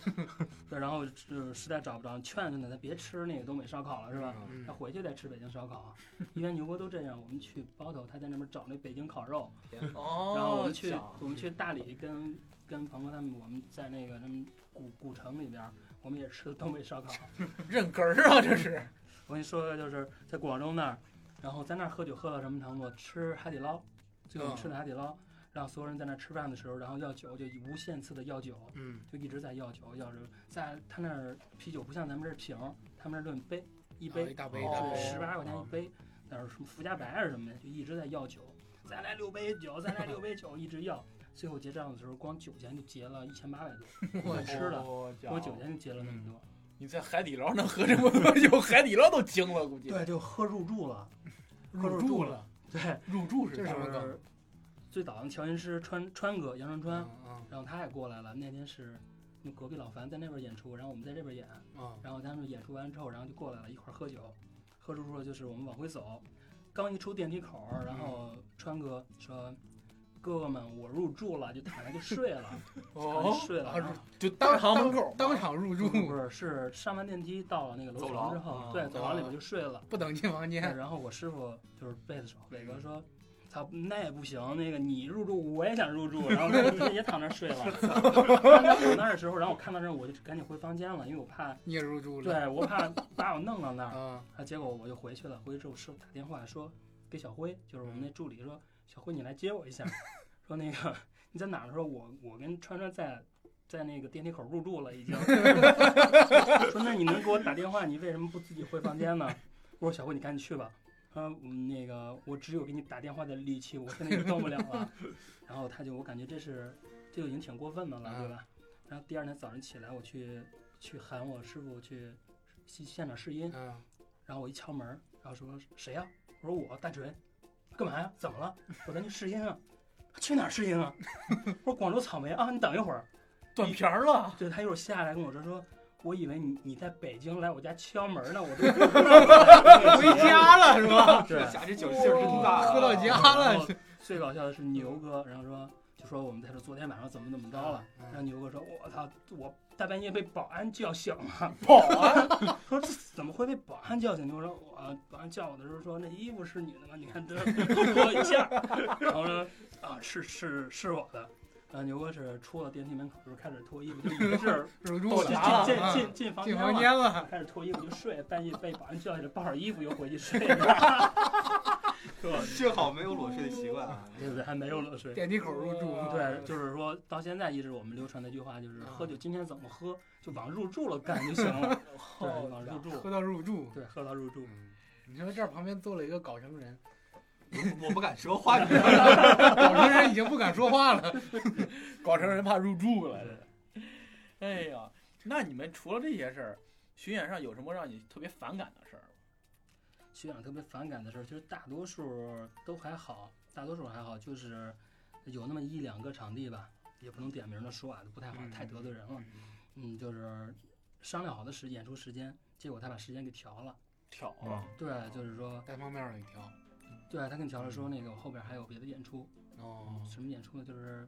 S5: 对，然后就是实在找不着，劝劝他，他别吃那个东北烧烤了，是吧？
S2: 嗯
S5: 他回去再吃北京烧烤。啊一般牛哥都这样，我们去包头，他在那边找那北京烤肉，
S1: 哦，
S5: 然后我们去
S1: 想
S5: 我们去大理跟跟鹏哥他们，我们在那个他们古古城里边儿，我们也吃东北烧烤。
S1: 认根儿啊，这是。
S5: 我跟你说，就是在广州那儿，然后在那儿喝酒喝到什么程度？吃海底捞，最后
S2: 嗯
S5: 吃的海底捞，让所有人在那儿吃饭的时候，然后要酒就无限次的要酒，
S2: 嗯
S5: 就一直在要酒，要酒。在他那儿啤酒不像咱们这儿瓶儿，他们那儿论杯，啊一
S2: 啊一哦啊
S5: 杯
S2: 大杯
S1: 一大杯
S5: 是十八块钱一杯，那是什么福加白还啊是什么的，就一直在要酒，再来六杯酒，再来六杯酒，一直要。最后结账的时候，光酒钱就结了一千八百多，我吃了，
S1: 我
S5: 光酒钱就结了那么多。
S2: 嗯
S1: 你在海底捞能喝这么多酒， 海底捞都惊了，估计。
S5: 对，就喝入住了，喝
S2: 入住了，
S5: 对，
S1: 入住是
S2: 这是什
S1: 吧
S2: 么梗？
S5: 是最早的调音师川川哥杨川川，
S2: 嗯
S5: 然后他也过来了。那天是我们隔壁老樊在那边演出，然后我们在这边演，
S2: 嗯
S5: 然后他们演出完之后，然后就过来了，一块儿喝酒，喝着喝着就是我们往回走，刚一出电梯口儿，然后
S2: 嗯
S5: 川哥说。哥哥们，我入住了，就躺下就睡 了，躺下就
S1: 哦，
S5: 睡了。
S2: 啊
S5: 然后
S1: 就当场门口
S2: 当场入住，
S5: 不是是上完电梯到了那个楼
S1: 走
S5: 层
S1: 廊
S5: 之后
S4: 啊，
S5: 对，走廊里
S2: 啊
S5: 边就睡了。
S2: 不等进房
S5: 对
S2: 间，
S5: 然后我师傅就是贝斯手，伟哥说：“操，那也不行，那个你入住我也想入住。”然后他就也躺那儿睡了。他躺那儿的时候，然后我看到这儿我就赶紧回房间了，因为我怕，
S2: 你也入住了，
S5: 对我怕把我弄到那儿。
S2: 啊，
S5: 啊，结果我就回去了。回去之后，师傅打电话说给小辉，就是我们那助理说：“小辉，你来接我一下。”说那个你在哪儿？说我我跟川川在。在那个电梯口入住了，已经。说那你能给我打电话，你为什么不自己回房间呢？我说小辉，你赶紧去吧。他说嗯那个我只有给你打电话的力气，我现在也动不了了。然后他就我感觉这是这就已经挺过分的了，对吧？然后第二天早上起来，我去去喊我师傅去现现场试音，
S2: 嗯
S5: 然后我一敲门，然后说谁呀、我说我大锤，干嘛呀？怎么了？ 我说咱去试音啊，去哪儿试音啊？我说广州草莓啊，你等一会儿。
S1: 断片儿了。
S5: 对他一会儿下来跟我说说，我以为你你在北京来我家敲门呢，我都 回
S2: 家了是吧？
S5: 对，哦
S4: 家这酒劲儿真
S1: 哦
S4: 大，啊
S2: 喝到家了
S5: 然后最搞笑的是牛哥，然后说就说我们在这昨天晚上怎么怎么着了，
S2: 嗯
S5: 然后牛哥说我操，我大半夜被保安叫醒了，
S1: 保安，
S5: 说这怎么会被保安叫醒？牛哥说我保安叫我的时候说那衣服是你的吗？你看 这脱一下，然后说啊是是是我的。然后牛哥是出了电梯门口就开始脱衣服，就已经是
S2: 入住
S1: 到家
S2: 了，
S5: 进
S2: 啊
S5: 进进进房
S2: 进
S5: 间
S2: 房
S5: 了，
S2: 间了，
S5: 开始脱衣服就睡，半夜被保安叫起来，抱上衣服又回去睡了，
S4: 幸好没有裸睡的习惯啊。
S5: 对对，还没有裸睡。
S2: 电梯口入住，嗯
S5: 对，就是嗯说到现在一直我们流传的一句话就是
S2: 啊
S5: 喝酒今天怎么喝，就往入住了干就行 了。对，往哦入住，
S2: 喝到入住，
S5: 对，喝到入住。
S2: 嗯，你说这儿旁边坐了一个搞成人，
S3: 哦
S4: 我不敢说话，你知道吗？
S2: 搞成人已经不敢说话了，
S1: 搞成人怕入住了。
S5: 对，
S1: 哎呀，那你们除了这些事儿，巡演上有什么让你特别反感的事儿吗？
S5: 学长特别反感的事儿，就是大多数都还好，大多数还好，就是有那么一两个场地吧，也不能点名的说啊，不太好，
S2: 嗯
S5: 太得罪人了。嗯，就是商量好的时演出时间，结果他把时间给调了。
S1: 挑
S3: 嗯
S1: 啊，
S5: 对，就是说，
S2: 单方面儿一条，
S5: 对他跟你调了说那个我后边还有别的演出，
S2: 哦，
S5: 什么演出呢？就是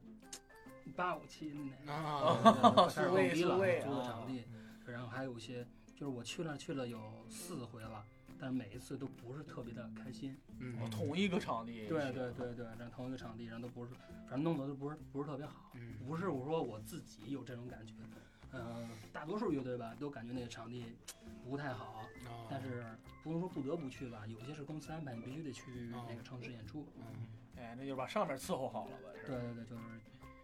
S5: 八五七那个。
S2: 啊，
S4: 哦
S5: 开始
S1: 四
S5: 蹦
S1: 位
S5: 迪
S1: 四
S5: 了，
S1: 位
S5: 租个
S1: 啊
S5: 场地，然后还有一些，就是我去那儿去了有四回了，但是每一次都不是特别的开心。
S1: 哦
S2: 嗯
S1: 同一个场地。
S5: 对对对对，然后同一个场地，然后都不是，反正弄得都不是不是特别好。
S2: 嗯
S5: 不是我说我自己有这呃
S4: 哦
S2: 啊
S5: 种感觉，嗯、大多数乐队吧都感觉那个场地不太好，但是是不能说不得不去吧，有些是公司安排，你必须得去
S2: 哦
S5: 那个城市演出。
S2: 嗯
S1: 哎，那就把上面伺候好了吧。是吧
S5: 对对对，就是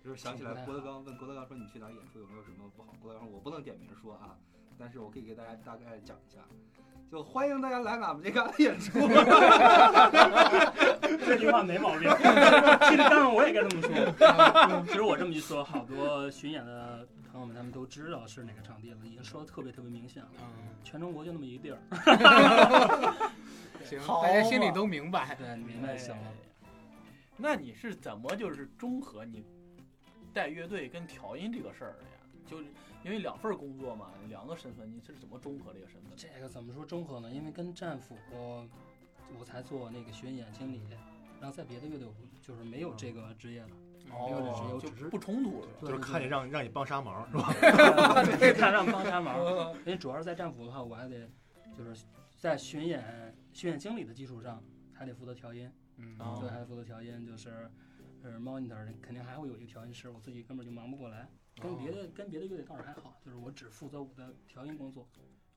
S4: 就是想起来郭德纲问郭德纲说你去哪儿演出有没有什么不好？郭德纲说我不能点名说啊，但是我可以给大家大概讲一下，就欢迎大家来俺们这旮旯 演出。
S5: 这句话没毛 病。其实当然我也该这么嗯说。其实我这么一说，好多巡演的朋友们他们都知道是哪个场地了，已经说的特别特别明显了。
S2: 嗯，
S5: 全中国就那么一地儿。
S2: 行，
S1: 好
S2: 大家心里
S1: 嘛
S2: 都明白。
S5: 对，你明白就行了
S1: 哎。那你是怎么就是中和你带乐队跟调音这个事儿的呀？就是因为两份儿工作嘛，两个身份，你是怎么中和这个身份的？
S5: 这个怎么说中和呢？因为跟战斧，我才做那个巡演经理，然后在别的乐队我不就是没有这个职业了。没有这职业
S1: 哦
S5: 我
S1: 就
S5: 嗯只是
S1: 不冲突是吧？
S3: 就是看你 让让你帮杀忙是吧？
S5: 对，看上帮他忙。因为主要是在战斧的话，我还得就是在巡演巡演经理的基础上，还得负责调音。
S2: 嗯，
S1: 哦
S5: 对，还得负责调音，就是呃 monitor 肯定还会有一个调音师，我自己根本就忙不过来。跟别
S1: 哦
S5: 的跟别的乐队倒是还好，就是我只负责我的调音工作。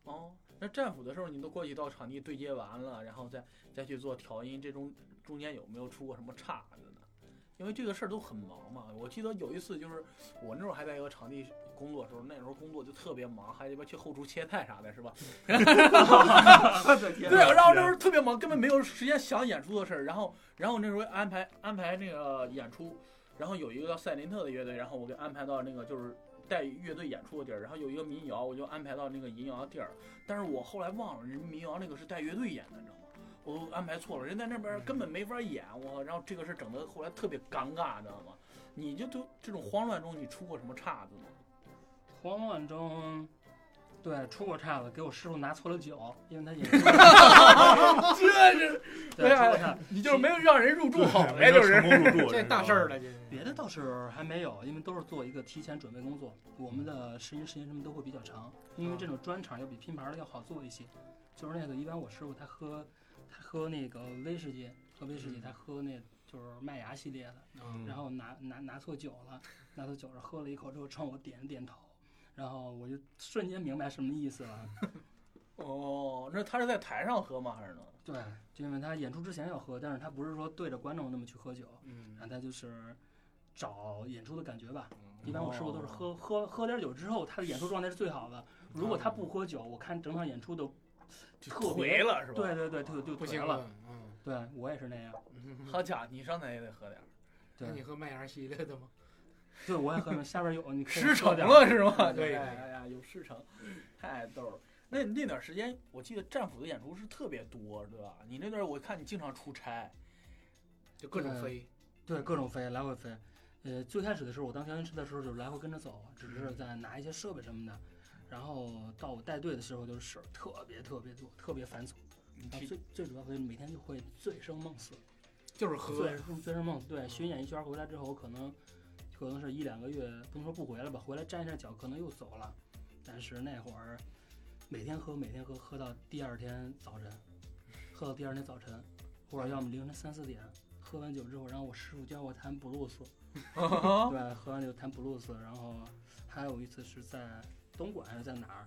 S1: 哦，那战斧的时候，你都过去到场地对接完了，然后再再去做调音，这中中间有没有出过什么岔子呢？因为这个事儿都很忙嘛。我记得有一次，就是我那时候还在一个场地工作的时候，那时候工作就特别忙，还得边去后厨切菜啥的，是吧？
S4: 我的天
S1: 对，然后那时候特别忙，根本没有时间想演出的事儿。然后，然后那时候安排安排那个演出，然后有一个叫赛林特的乐队，然后我给安排到那个就是带乐队演出的地儿。然后有一个民谣，我就安排到那个民谣地儿。但是我后来忘了，人民谣那个是带乐队演的，你知道吗？我都安排错了，人在那边根本没法演，我然后这个事儿整的后来特别尴尬，你知道吗？你就都这种慌乱中，你出过什么岔子吗？
S5: 慌乱中，对出过岔子，给我师傅拿错了酒，因为他也
S1: 这是
S5: 对出过岔子。
S1: 你就是没有让人入住好
S3: 没
S1: 呗，
S3: 有
S1: 就
S3: 成
S1: 是。
S3: 功入住，
S2: 这
S3: 是
S2: 大
S3: 吧
S2: 事儿。了，这是
S5: 别的倒是还没有，因为都是做一个提前准备工作。我们的试音、试音什么都会比较长，因为这种专场要比拼盘儿的要好做一些。就是那个，一般我师傅他喝，他喝那个威士忌，喝威士忌，他喝那就是麦芽系列的，
S3: 嗯
S5: 然后拿拿拿错酒了，拿错酒了，喝了一口之后冲我点了点头，然后我就瞬间明白什么意思了。
S1: 哦，那他是在台上喝吗？还是呢？
S5: 对，就因为他演出之前要喝，但是他不是说对着观众那么去喝酒，
S2: 嗯
S5: 然后他就是找演出的感觉
S1: 嗯
S5: 吧。一般我师傅都是喝
S1: 哦
S5: 喝喝点酒之后，他的演出状态是最好的。如果他不喝酒，我看整场演出都
S1: 哦就
S5: 特
S1: 颓
S5: 别。
S1: 了是吧？
S5: 对对对，就就
S2: 不
S5: 颓
S2: 行
S5: 了。
S2: 了，嗯
S5: 对我也是那样。
S1: 哎
S2: 嗯，
S1: 好家伙，你上台也得喝点儿，
S2: 那你
S5: 对，
S2: 喝麦芽系列的吗？
S5: 对我也喝， 下边有你可以
S1: 师
S5: 喝
S1: 承
S5: 点。
S1: 了是吗？
S5: 对
S2: 对
S1: 哎呀哎呀，有师承，太逗了。那那段时间，我记得战斧的演出是特别多，对吧？你那段我看你经常出差，
S2: 就各种飞，
S5: 对，各种飞，来回飞。呃，最开始的时候，我当调音师的时候就是来回跟着走，只
S1: 嗯
S5: 是在拿一些设备什么的。然后到我带队的时候，就是事儿特别特别多，特别繁琐。
S1: 你
S5: 啊
S1: 去
S5: 最最主要就是每天就会醉生梦死，
S2: 就是喝
S5: 醉，生醉生梦死。对，巡演一圈回来之后，可能可能是一两个月，不能说不回来吧，回来站一下脚，可能又走了。但是那会儿每天喝，每天喝，喝到第二天早晨，喝到第二天早晨，或者要么凌晨三四点，喝完酒之后，然后我师傅教我弹布鲁斯，对，喝完酒弹布鲁斯，然后还有一次是在东莞还是在哪儿，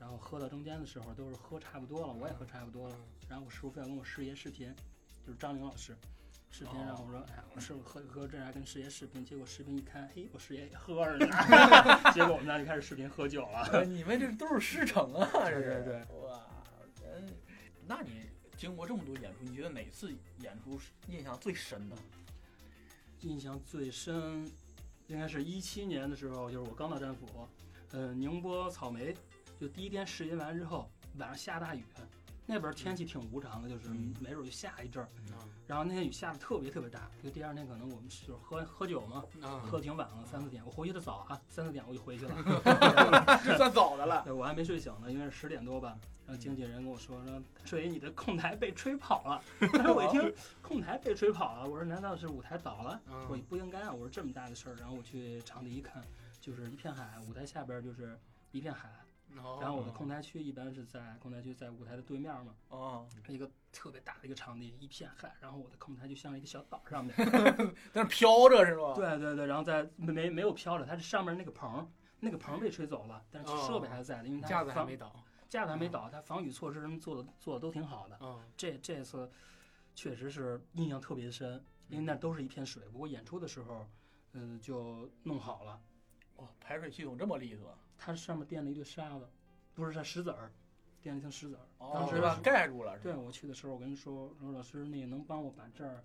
S5: 然后喝到中间的时候都是喝差不多了，我也喝差不多了，然后我师傅非要跟我师爷视频，就是张玲老师，视频让我说，哎呀，我师傅喝酒喝着这还跟师爷视频，结果视频一看，嘿，我师爷也喝着呢，结果我们俩就开始视频喝酒了。
S1: 哎 你们这都是师承啊，这是
S5: 对对
S1: 哇，嗯，那你经过这么多演出，你觉得哪次演出是印象最 深的？
S5: 印象最深应该是一七年的时候，就是我刚到战斧，呃，宁波草莓，就第一天试音完之后，晚上下大雨，那边天气挺无常的，就是
S1: 嗯
S5: 没准就下一阵儿，
S2: 啊
S5: 然后那天雨下的特别特别大，就第二天可能我们就是喝喝酒嘛，
S1: 嗯
S2: 啊，
S5: 喝挺晚了，三四点，我回去的早啊，三四点我就回去了。
S1: 这算早的了。
S5: 对，我还没睡醒呢，应该是十点多吧。然后经纪人跟我说说，水你的控台被吹跑 了。但是我一听控台被吹跑了，我说难道是舞台倒了？
S2: 嗯
S5: 我说不应该啊，我说这么大的事儿。然后我去场地一看，就是一片海，舞台下边就是一片海。然
S2: 然
S5: 后我的控台区一般是在控台区在舞台的对面嘛，
S1: 哦，
S2: 嗯
S5: 一个特别大的一个场地，一片海。然后我的控台就像一个小岛上面，
S1: 但是飘着
S2: 哦
S1: 是吧？
S5: 对对对，然后在没没没有飘着，它是上面那个棚儿，那个棚儿被吹走了，但是
S2: 哦
S5: 设备还在的，因为它
S2: 架子还
S5: 放
S2: 没倒，
S5: 架子还没倒，他防雨措施什么做的做的都挺好的。
S2: 嗯
S5: 这这次确实是印象特别深，
S2: 嗯
S5: 因为那都是一片水。不过演出的时候，嗯，就弄好了。
S1: 哇，排水系统这么利索，
S5: 它上面垫了一堆沙子，不是它石子儿，垫了一层石子儿。
S1: 当
S5: 当
S1: 时
S5: 时
S1: 把盖住哦了，是
S5: 对
S1: 吧？
S5: 我去的时候，我跟他说，我说老师，那个能帮我把这儿，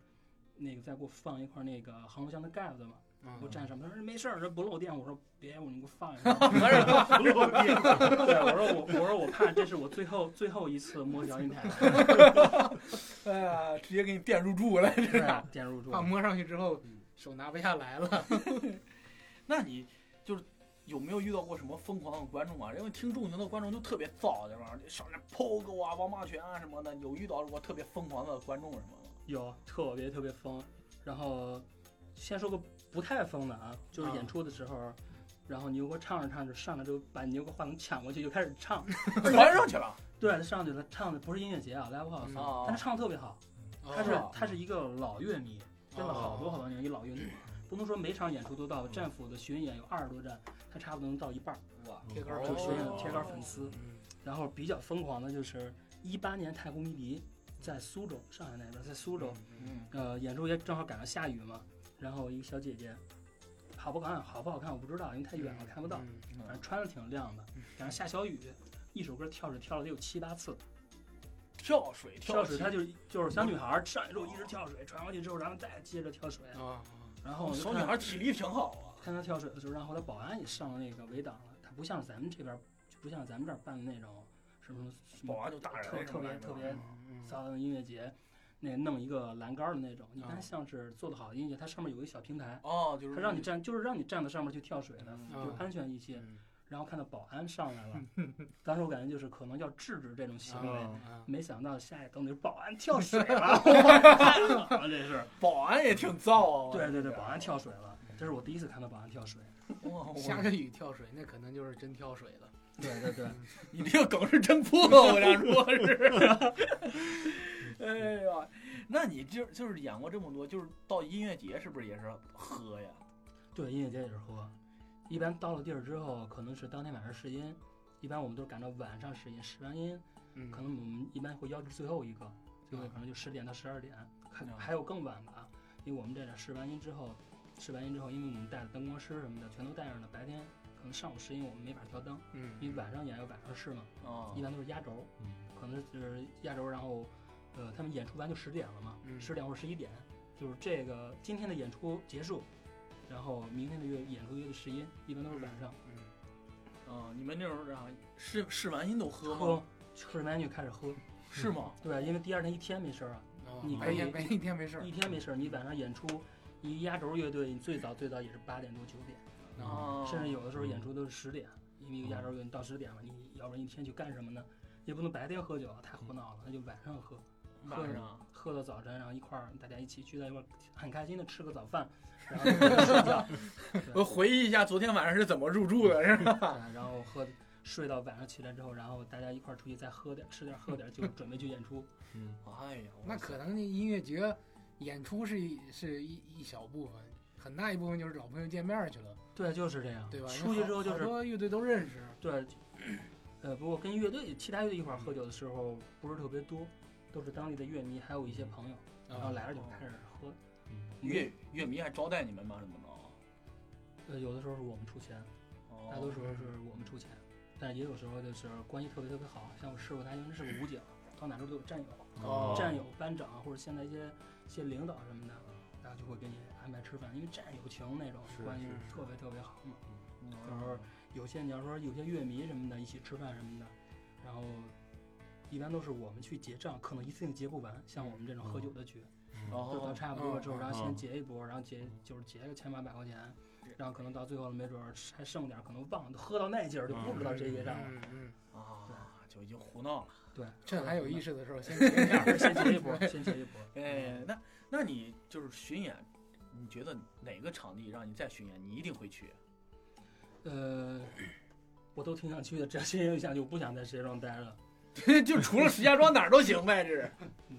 S5: 那个再给我放一块那个航路箱的盖子吗？
S2: 嗯
S5: 我站上面，他说没事儿，这不漏电。我说别，我说你给我放一下。我
S1: 还是
S5: 说不漏电。对，我说我我说我怕这是我最后最后一次摸调音台，
S1: 哎 呀，直接给你电入住了，这是。
S5: 电入住。
S2: 怕摸上去之后
S5: 嗯
S2: 手拿不下来了。
S1: 那你就是有没有遇到过什么疯狂的观众啊？因为听重型的观众就特别燥，对吧？上来 POGO 啊、王八拳啊什么的，有遇到过特别疯狂的观众什么的吗？
S5: 有特别特别疯。然后先说个不太疯的啊，就是演出的时候，然后牛哥唱着唱着上来就把牛哥话筒抢过去就开始唱，
S1: 传上去了
S5: 对，他上去了，唱的不是音乐节啊，live house，、
S2: 嗯
S1: 哦
S2: 哦
S5: 但他唱的特别好，他是、他是一个老乐迷，真的好多好多年一老乐迷。不能说每场演出都到，战斧的巡演有二十多站，他差不多能到一半儿，
S4: 哇，
S3: 嗯
S2: 贴杆
S1: 哦
S2: 儿
S5: 就
S2: 特
S5: 是
S2: 别
S5: 巡
S2: 好
S5: 演贴杆粉丝。
S2: 嗯
S5: 然后比较疯狂的就是一八年太空迷笛在苏州，上海那边在苏州，
S1: 嗯，
S5: 呃，演出也正好赶上下雨嘛，然后一个小姐姐，好不好看好不好看我不知道，因为太远了看不到，
S2: 嗯
S5: 反正穿的挺亮的，赶上下小雨，一首歌跳水跳了得有七八次，
S1: 跳嗯水
S5: 跳
S1: 水
S5: 水她就就是小女孩儿上去之后一直跳水，传过去之后，然后再接着跳水，
S2: 啊，
S5: 然后我就
S1: 哦小
S5: 看
S1: 女孩体力挺好啊。
S5: 看她跳水的时候，然后后来保安也上了那个围挡了，她不像咱们这边儿，就不像咱们这儿办的那种什么什
S1: 保
S5: 么
S1: 安就大人
S5: 特特别特别
S2: 嗯
S5: 撒旦音乐节，那弄一个栏杆儿的那种，你
S2: 啊
S5: 看
S1: 嗯
S5: 像是做的好的音乐节，它上面有一个小平台。
S1: 哦，就是
S5: 他让你站，就是让你站在上面去跳水的，
S2: 嗯
S5: 就安全一些。
S2: 嗯
S5: 然后看到保安 上来了，当时我感觉就是可能要制止这种行
S1: 哦
S5: 为，
S2: 嗯嗯
S5: 没想到下一等就是保安跳水 了，我操，这是哎
S1: 保安也挺燥啊。
S5: 对对对，保安跳水了，这是我第一次看到保安跳水。
S1: 哇，
S2: 下
S1: 我
S2: 着雨跳水，那可能就是真跳水了。
S5: 对对对，
S1: 你这个梗是真破，我俩说是。 哎呀，那你就就是演过这么多，就是到音乐节是不是也是喝呀？
S5: 对音乐节也是喝，一般到了地儿之后，可能是当天晚上试音，一般我们都是赶到晚上试音，试完音
S2: 嗯
S5: 可能我们一般会邀至最后一个，最后可能就十点到十二点，还还有更晚的啊，因为我们这点试完音之后，试完音之后，因为我们带的灯光师什么的全都带上了，白天可能上午试音我们没法调灯，因为
S2: 嗯，
S5: 晚上演要晚上试嘛，
S1: 啊，
S5: 一般都是压轴，
S3: 嗯
S5: 可能是压轴，然后呃他们演出完就十点了嘛，
S2: 嗯
S5: 十点或者十一点，就是这个今天的演出结束，然后明天的乐演出乐的试音，一般都是晚上，
S1: 嗯，你们那种啊，试试完音都嗯喝吗
S5: 喝？，吃完就开始喝，
S1: 是吗？
S5: 对，啊因为第二天一天没事儿啊。
S2: 哦
S5: 你
S2: 白
S5: 可以
S2: 天白天一天没事儿
S5: 一天没事儿，你晚上演出，你压轴乐队，你最早最早也是八点多九点，
S1: 啊，
S5: 甚至有的时候演出都是十点，因为一个压轴乐队你到十点了，你要不然一天去干什么呢？也不能白天喝酒，啊太胡闹了，那就晚上喝，
S1: 晚上
S5: 喝到早晨，然后一块儿大家一起聚在一块儿，很开心的吃个早饭，然 后睡觉，
S1: 我回忆一下昨天晚上是怎么入住的，是吧？
S5: 对然后喝。睡到晚上起来之后，然后大家一块儿出去再喝点儿，吃点儿喝点儿，就准备去演出。
S1: 哎呀，
S2: 那可能那音乐节演出是一是一一小部分，很大一部分就是老朋友见面儿去了，
S5: 对，就是这样。
S2: 对吧？因为
S5: 出去
S2: 好
S5: 之后就
S2: 好
S5: 是
S2: 多乐队都认识，
S5: 对，呃，不过跟乐队其他乐队一块儿喝酒的时候不是特别多，都是当地的乐迷，还有一些朋友，然后来了就开始喝。
S1: 乐乐迷还招待你们吗？怎么着？
S5: 呃，有的时候是我们出钱，大多数是我们出钱，但也有时候就是关系特别特别好，像我师傅他因为是 个武警，到哪处都有战友，
S1: 哦
S5: 战友、班长啊或者现在一些一些领导什么的，然后就会给你安排吃饭，因为战友情那种
S3: 是
S5: 关系
S2: 嗯是是
S5: 特别特别好嘛。
S1: 哦
S5: 有时候有些你要说有些乐迷什么的一起吃饭什么的，然后一般都是我们去结账，可能一次性结不完。像我们这种喝酒的局，就到
S1: 哦，
S5: 差不多之后，
S2: 嗯
S5: 然
S3: 嗯
S5: 后先结一波，然后结就是结个千八百块钱，然后可能到最后了没准儿还剩点儿，可能忘了，都喝到那劲儿就不知道谁结账了。
S2: 嗯嗯，
S1: 啊，就已经胡闹了。
S5: 对，
S2: 趁还有意
S5: 识，。
S2: 识的时候 先见面儿
S5: 先结一波，先结一波。
S1: 哎，那那你就是巡演，你觉得哪个场地让你再巡演，你一定会去？
S5: 呃，我都挺想去的，只要先有想就不想在石家庄待着。
S1: 就除了石家庄哪儿都行呗，这是。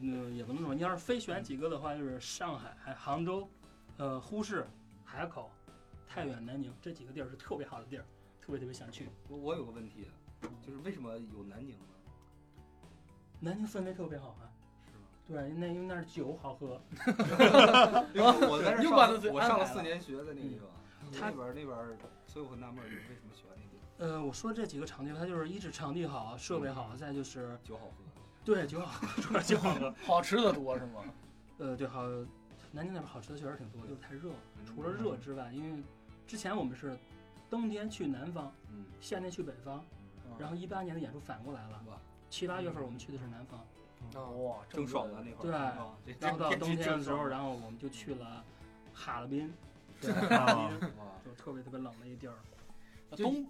S5: 嗯，也不能说，你要是非选几个的话，就是上海、杭州、呃，呼市、海口、太原、南宁这几个地儿是特别好的地儿，特别特别想去。
S4: 我我有个问题，就是为什么有南宁呢？
S5: 南宁氛围特别好啊。
S4: 是吗？
S5: 对，那因为那儿酒好喝，
S4: 因为 我在这
S1: 又
S4: 上
S1: 把他
S4: 了
S1: 嘴
S4: 我
S1: 安
S4: 上
S1: 排
S4: 了
S1: 了
S4: 四年学，在那个地方，
S5: 他
S4: 那边儿那边儿，所以我很纳闷儿，你为什么喜欢那个
S5: 呃，我说这几个场地，它就是一是场地好，设备好，再就是
S4: 嗯酒好喝？
S5: 对酒好，主要酒好喝。
S1: 好吃的多是吗？
S5: 呃，对，好，南京那边好吃的确实挺多，就是太热了。除了热之外，因为之前我们是冬天去南方，
S4: 嗯，
S5: 夏天去北方，
S1: 嗯啊
S5: 然后一八年的演出反过来了
S4: 哇，
S5: 七八月份我们去的是南方，
S2: 哦，
S1: 哇，
S4: 正爽了那会儿，
S5: 啊对
S4: 啊这
S5: 然后到
S4: 这
S5: 冬天的时候，
S4: 这
S5: 然后我们就去了哈尔滨，
S3: 啊，
S4: 这哇，
S5: 就特别特别冷的一地儿。
S1: 那
S2: 就
S1: 东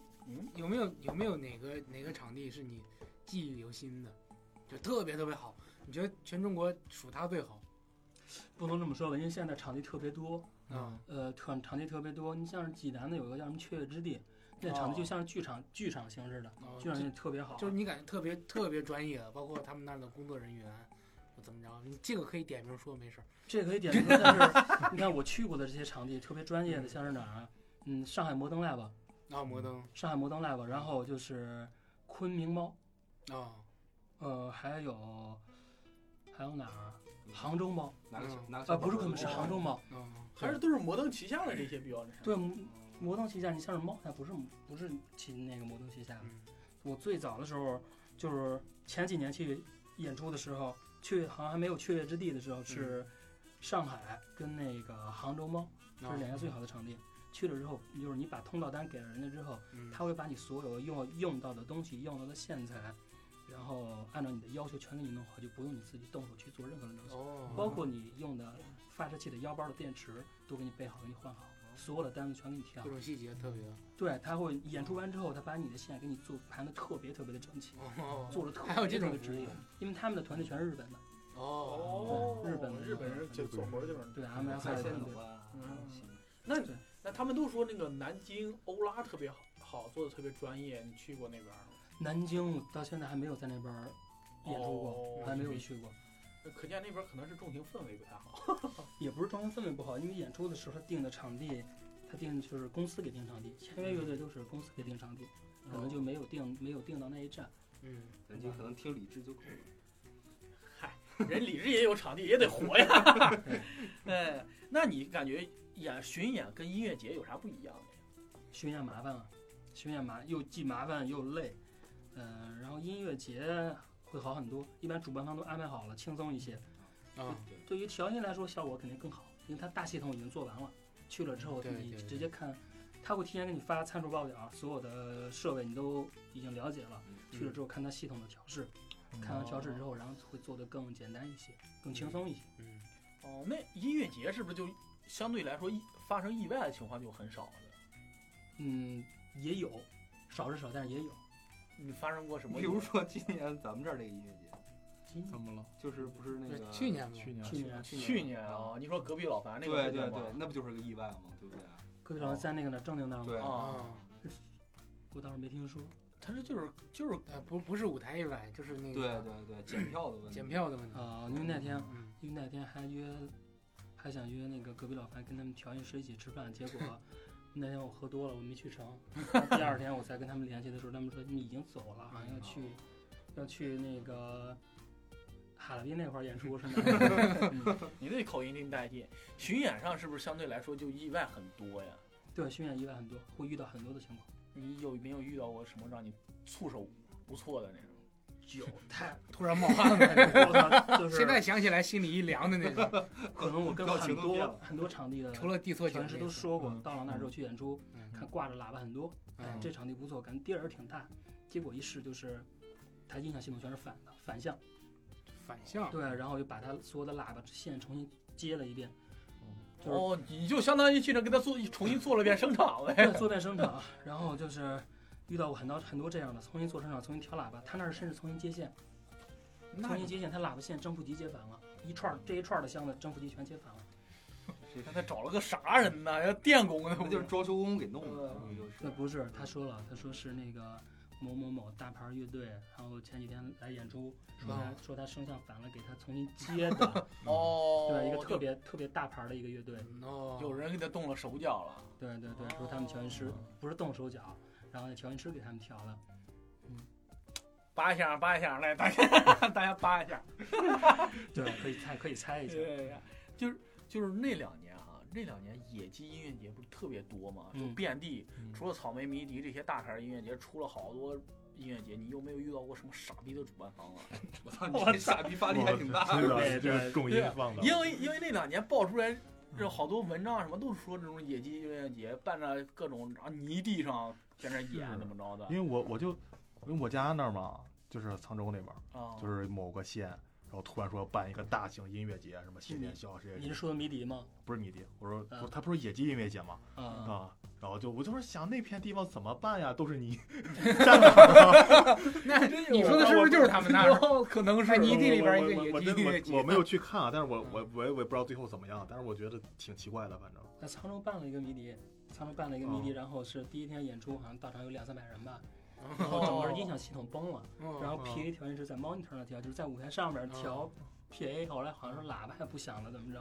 S2: 有没有有没有哪个哪个场地是你记忆犹新的，就特别特别好？你觉得全中国数它最好
S5: 不能这么说吧，因为现在场地特别多，
S2: 啊？
S5: 呃，场场地特别多。你像是济南的有一个叫什么雀跃之地，那场地就像是剧场、剧场形式的，
S2: 哦
S5: 剧场形式特别好。
S2: 就是你感觉特别特别专业，包括他们那儿的工作人员，怎么着？你这个可以点名说，没事儿。
S5: 这可以点名，但是你看我去过的这些场地特别专业的，像是哪儿啊？嗯，上海摩登 Live，
S2: 啊，摩登
S5: 上海摩登 Live，然后就是昆明猫，
S2: 啊，
S5: 呃，还有还有哪儿啊？杭州猫
S4: 拿个小
S2: 嗯
S4: 拿个小
S5: 啊，
S4: 板
S5: 不是
S4: 凳
S5: 昆明，是
S4: 坐
S5: 杭州猫。
S2: 嗯，
S1: 还是都是摩登旗下的这些比较那啥。
S5: 对，摩
S1: 嗯
S5: 摩登旗下，你像是猫，它不是不是旗那个摩登旗下。
S2: 嗯
S5: 我最早的时候就是前几年去演出的时候，去好像还没有雀跃之地的时候是上海跟那个杭州猫。
S2: 啊
S5: 这是两家最
S2: 哦
S5: 好的场地。去了之后，就是你把通道单给了人家之后，
S2: 嗯
S5: 他会把你所有用用到的东西、用到的线材，然后按照你的要求全给你弄好，就不用你自己动手去做任何的东西，包
S2: 哦，
S5: 括你用的发射器的腰包的电池都给你备好，给你换好，所有的单子全给你贴好
S2: 各。种细节特别
S5: 对，他会演出完之后，他把你的线给你做盘的特别特别的整齐，
S2: 哦，
S5: 做的特别
S2: 还有这
S5: 特
S2: 种啊
S5: 别职业，因为他们的团队全是日本的，
S2: 哦，
S1: 哦，
S5: 嗯日本
S1: 日本人就左轮就是。
S5: 对 M F
S4: 海
S5: I
S4: 鲜
S5: 团
S4: 的
S5: 队。
S4: 话，
S1: 嗯
S4: 行
S1: 那
S5: 对
S1: 那他们都说那个南京欧拉特别好，好做的特别专业，你去过那边儿吗？
S5: 南京我到现在还没有在那边儿演出过，
S1: 哦
S5: 还没有去过。
S1: 那可见那边儿可能是重情氛围不太好。
S5: 也不是装修氛围不好，因为演出的时候他定的场地，他定就是公司给定场地，签约乐队都是公司给定场地，可能就没有定没有定到那一站。
S2: 嗯，
S4: 人家可能听理哦智就够了。
S1: 人李志也有场地，也得活呀。 哎，那你感觉演巡演跟音乐节有啥不一样的呀？
S5: 巡演麻烦了，巡演麻又既麻烦又累，嗯、然后音乐节会好很多，一般主办方都安排好了，轻松一些。
S2: 啊，
S5: 对于调音来说，效果肯定更好，因为它大系统已经做完了，去了之后
S2: 对对
S5: 你
S2: 对
S5: 直接看，他会提前给你发参数报表，所有的设备你都已经了解了，
S4: 嗯
S5: 去了之后看它系统的调试。看完调试之后，然后会做得更简单一些，更轻松一些。
S2: 嗯，
S1: 哦，那音乐节是不是就相对来说意发生意外的情况就很少了？
S5: 嗯，也有，少是少，但是也有。
S1: 你发生过什么
S4: 比
S1: 意外？
S4: 如说今年咱们这儿这个音乐节，
S5: 今
S3: 怎么了？
S4: 就是不是那
S2: 对
S4: 个
S2: 去年嘛，
S3: 去年
S5: 去年
S1: 去年啊，你说隔壁老樊那个
S4: 对
S1: 事
S4: 对
S1: 情吗
S4: 对，那不就是个意外吗？对不对？
S5: 各位老师在那个哪正经那儿吗？
S4: 对
S1: 啊，
S2: 啊，
S5: 我倒是没听说。
S1: 他这就是就是
S2: 呃，不不是舞台意外，就是那
S4: 对
S2: 个
S4: 对对，检票的问题。
S2: 检票的问题。
S5: 啊、因为那天，
S2: 嗯，
S5: 因为那天还约，还想约那个隔壁老樊跟他们调音师一起吃饭，结果那天我喝多了，我没去成。第二天我才跟他们联系的时候，他们说你已经走了，好像要去，要去那个哈尔滨那块儿演出是吗？
S1: 你那口音真带劲。巡演上是不是相对来说就意外很多呀？
S5: 对，巡演意外很多，会遇到很多的情况。
S1: 你有没有遇到过什么让你措手不措的那种？
S5: 酒太
S2: 突然冒汗了，
S5: 多了，就是
S2: 现在想起来心里一凉的那 种。
S5: 可能我跟
S4: 表情
S5: 很
S4: 都变
S5: 多
S4: 了
S5: 很多场地的
S2: 除了地错酒
S5: 调音师都
S2: 那次，
S5: 说过
S3: 嗯，
S5: 到了那之后去演出，
S2: 嗯
S5: 看挂着喇叭很多，哎
S2: 嗯，
S5: 这场地不错，感觉地儿也挺大，结果一试就是，它音响系统全是反的，反向，
S2: 反向，
S5: 对，然后又把它所有的喇叭线重新接了一 遍，就是
S1: 哦，你就相当于去那给他做重新做了遍声场呗。
S5: 对，做遍声场，然后就是遇到过很多很多这样的，重新做声场，重新调喇叭，他那儿甚至重新接线，重
S2: 那
S5: 新接线，他喇叭线正负极接反了，一串儿这一串儿的箱子正负极全接反了，
S4: 这
S1: 那他找了个啥人呢？要电工呢？
S4: 那就是装修工给弄的，
S1: 嗯
S4: 那就是。
S5: 那呃不是，他说了，他说是那个某某某大牌乐队，然后前几天来演出，说他、
S2: 哦
S5: 说他声像反了，给他 重新接的，
S1: 哦，
S5: 对，一个特别特别大牌的一个乐队，
S2: 哦，
S1: 有人给他动了手脚了。哦
S5: 对对对，说他们调音师不是动手脚，然后那调音师给他们调的，嗯，
S1: 扒一下，扒一下，来大家大家扒一下。
S5: 对，可以看，可以猜一下。
S1: 对呀，就是就是那两年啊，那两年野鸡音乐节不是特别多嘛，就
S5: 嗯
S1: 遍地，
S3: 嗯
S1: 除了草莓、迷笛这些大牌音乐节，出了好多音乐节，你有没有遇到过什么傻逼的主办方啊？
S4: 我操，你这傻逼发力还挺大
S3: 真
S4: 的。
S5: 对
S3: 的，这个
S5: 对
S3: 重
S1: 对
S3: 音
S1: 啊
S3: 放的，
S1: 因为因为那两年爆出来这好多文章啊什么都是说这种野鸡音乐节办着各种啊泥地上在那演
S3: 是
S1: 怎么着的
S3: 因为我我就因为我家那儿嘛，就是沧州那边儿，
S1: 啊，
S3: 就是某个县，然后突然说办一个大型音乐节，什么谢天笑谁
S5: 你是说迷笛吗？
S3: 不是迷笛，我说不
S5: 啊
S3: 是，他不是野鸡音乐节吗？
S2: 嗯
S5: 啊，
S1: 哦
S3: 啊，然后就我就是想那片地方怎么办呀？都是 你，
S2: 那
S1: 真有
S2: 你说的是不是就是他们那儿？
S1: 有 可能是
S2: 哎你泥地里边儿
S3: 我
S2: 一
S3: 我我
S2: 个嗯野鸡
S3: 真
S2: 音乐
S3: 我
S2: 节
S3: 我没有去看啊，但是我我我也我也不知道最后怎么样，但是我觉得挺奇怪的，反正
S5: 在沧州办了一个迷笛，沧州办了一个迷笛，
S3: 哦
S5: 然后是第一天演出，好像到场有两三百 人吧，然后整
S1: 哦
S5: 个音响系统崩了，
S2: 哦
S5: 然
S2: 嗯
S5: 后 PA 调音师在 monitor 上调，就是在舞台上面调 PA，后来好像是喇叭还不响了，怎么着？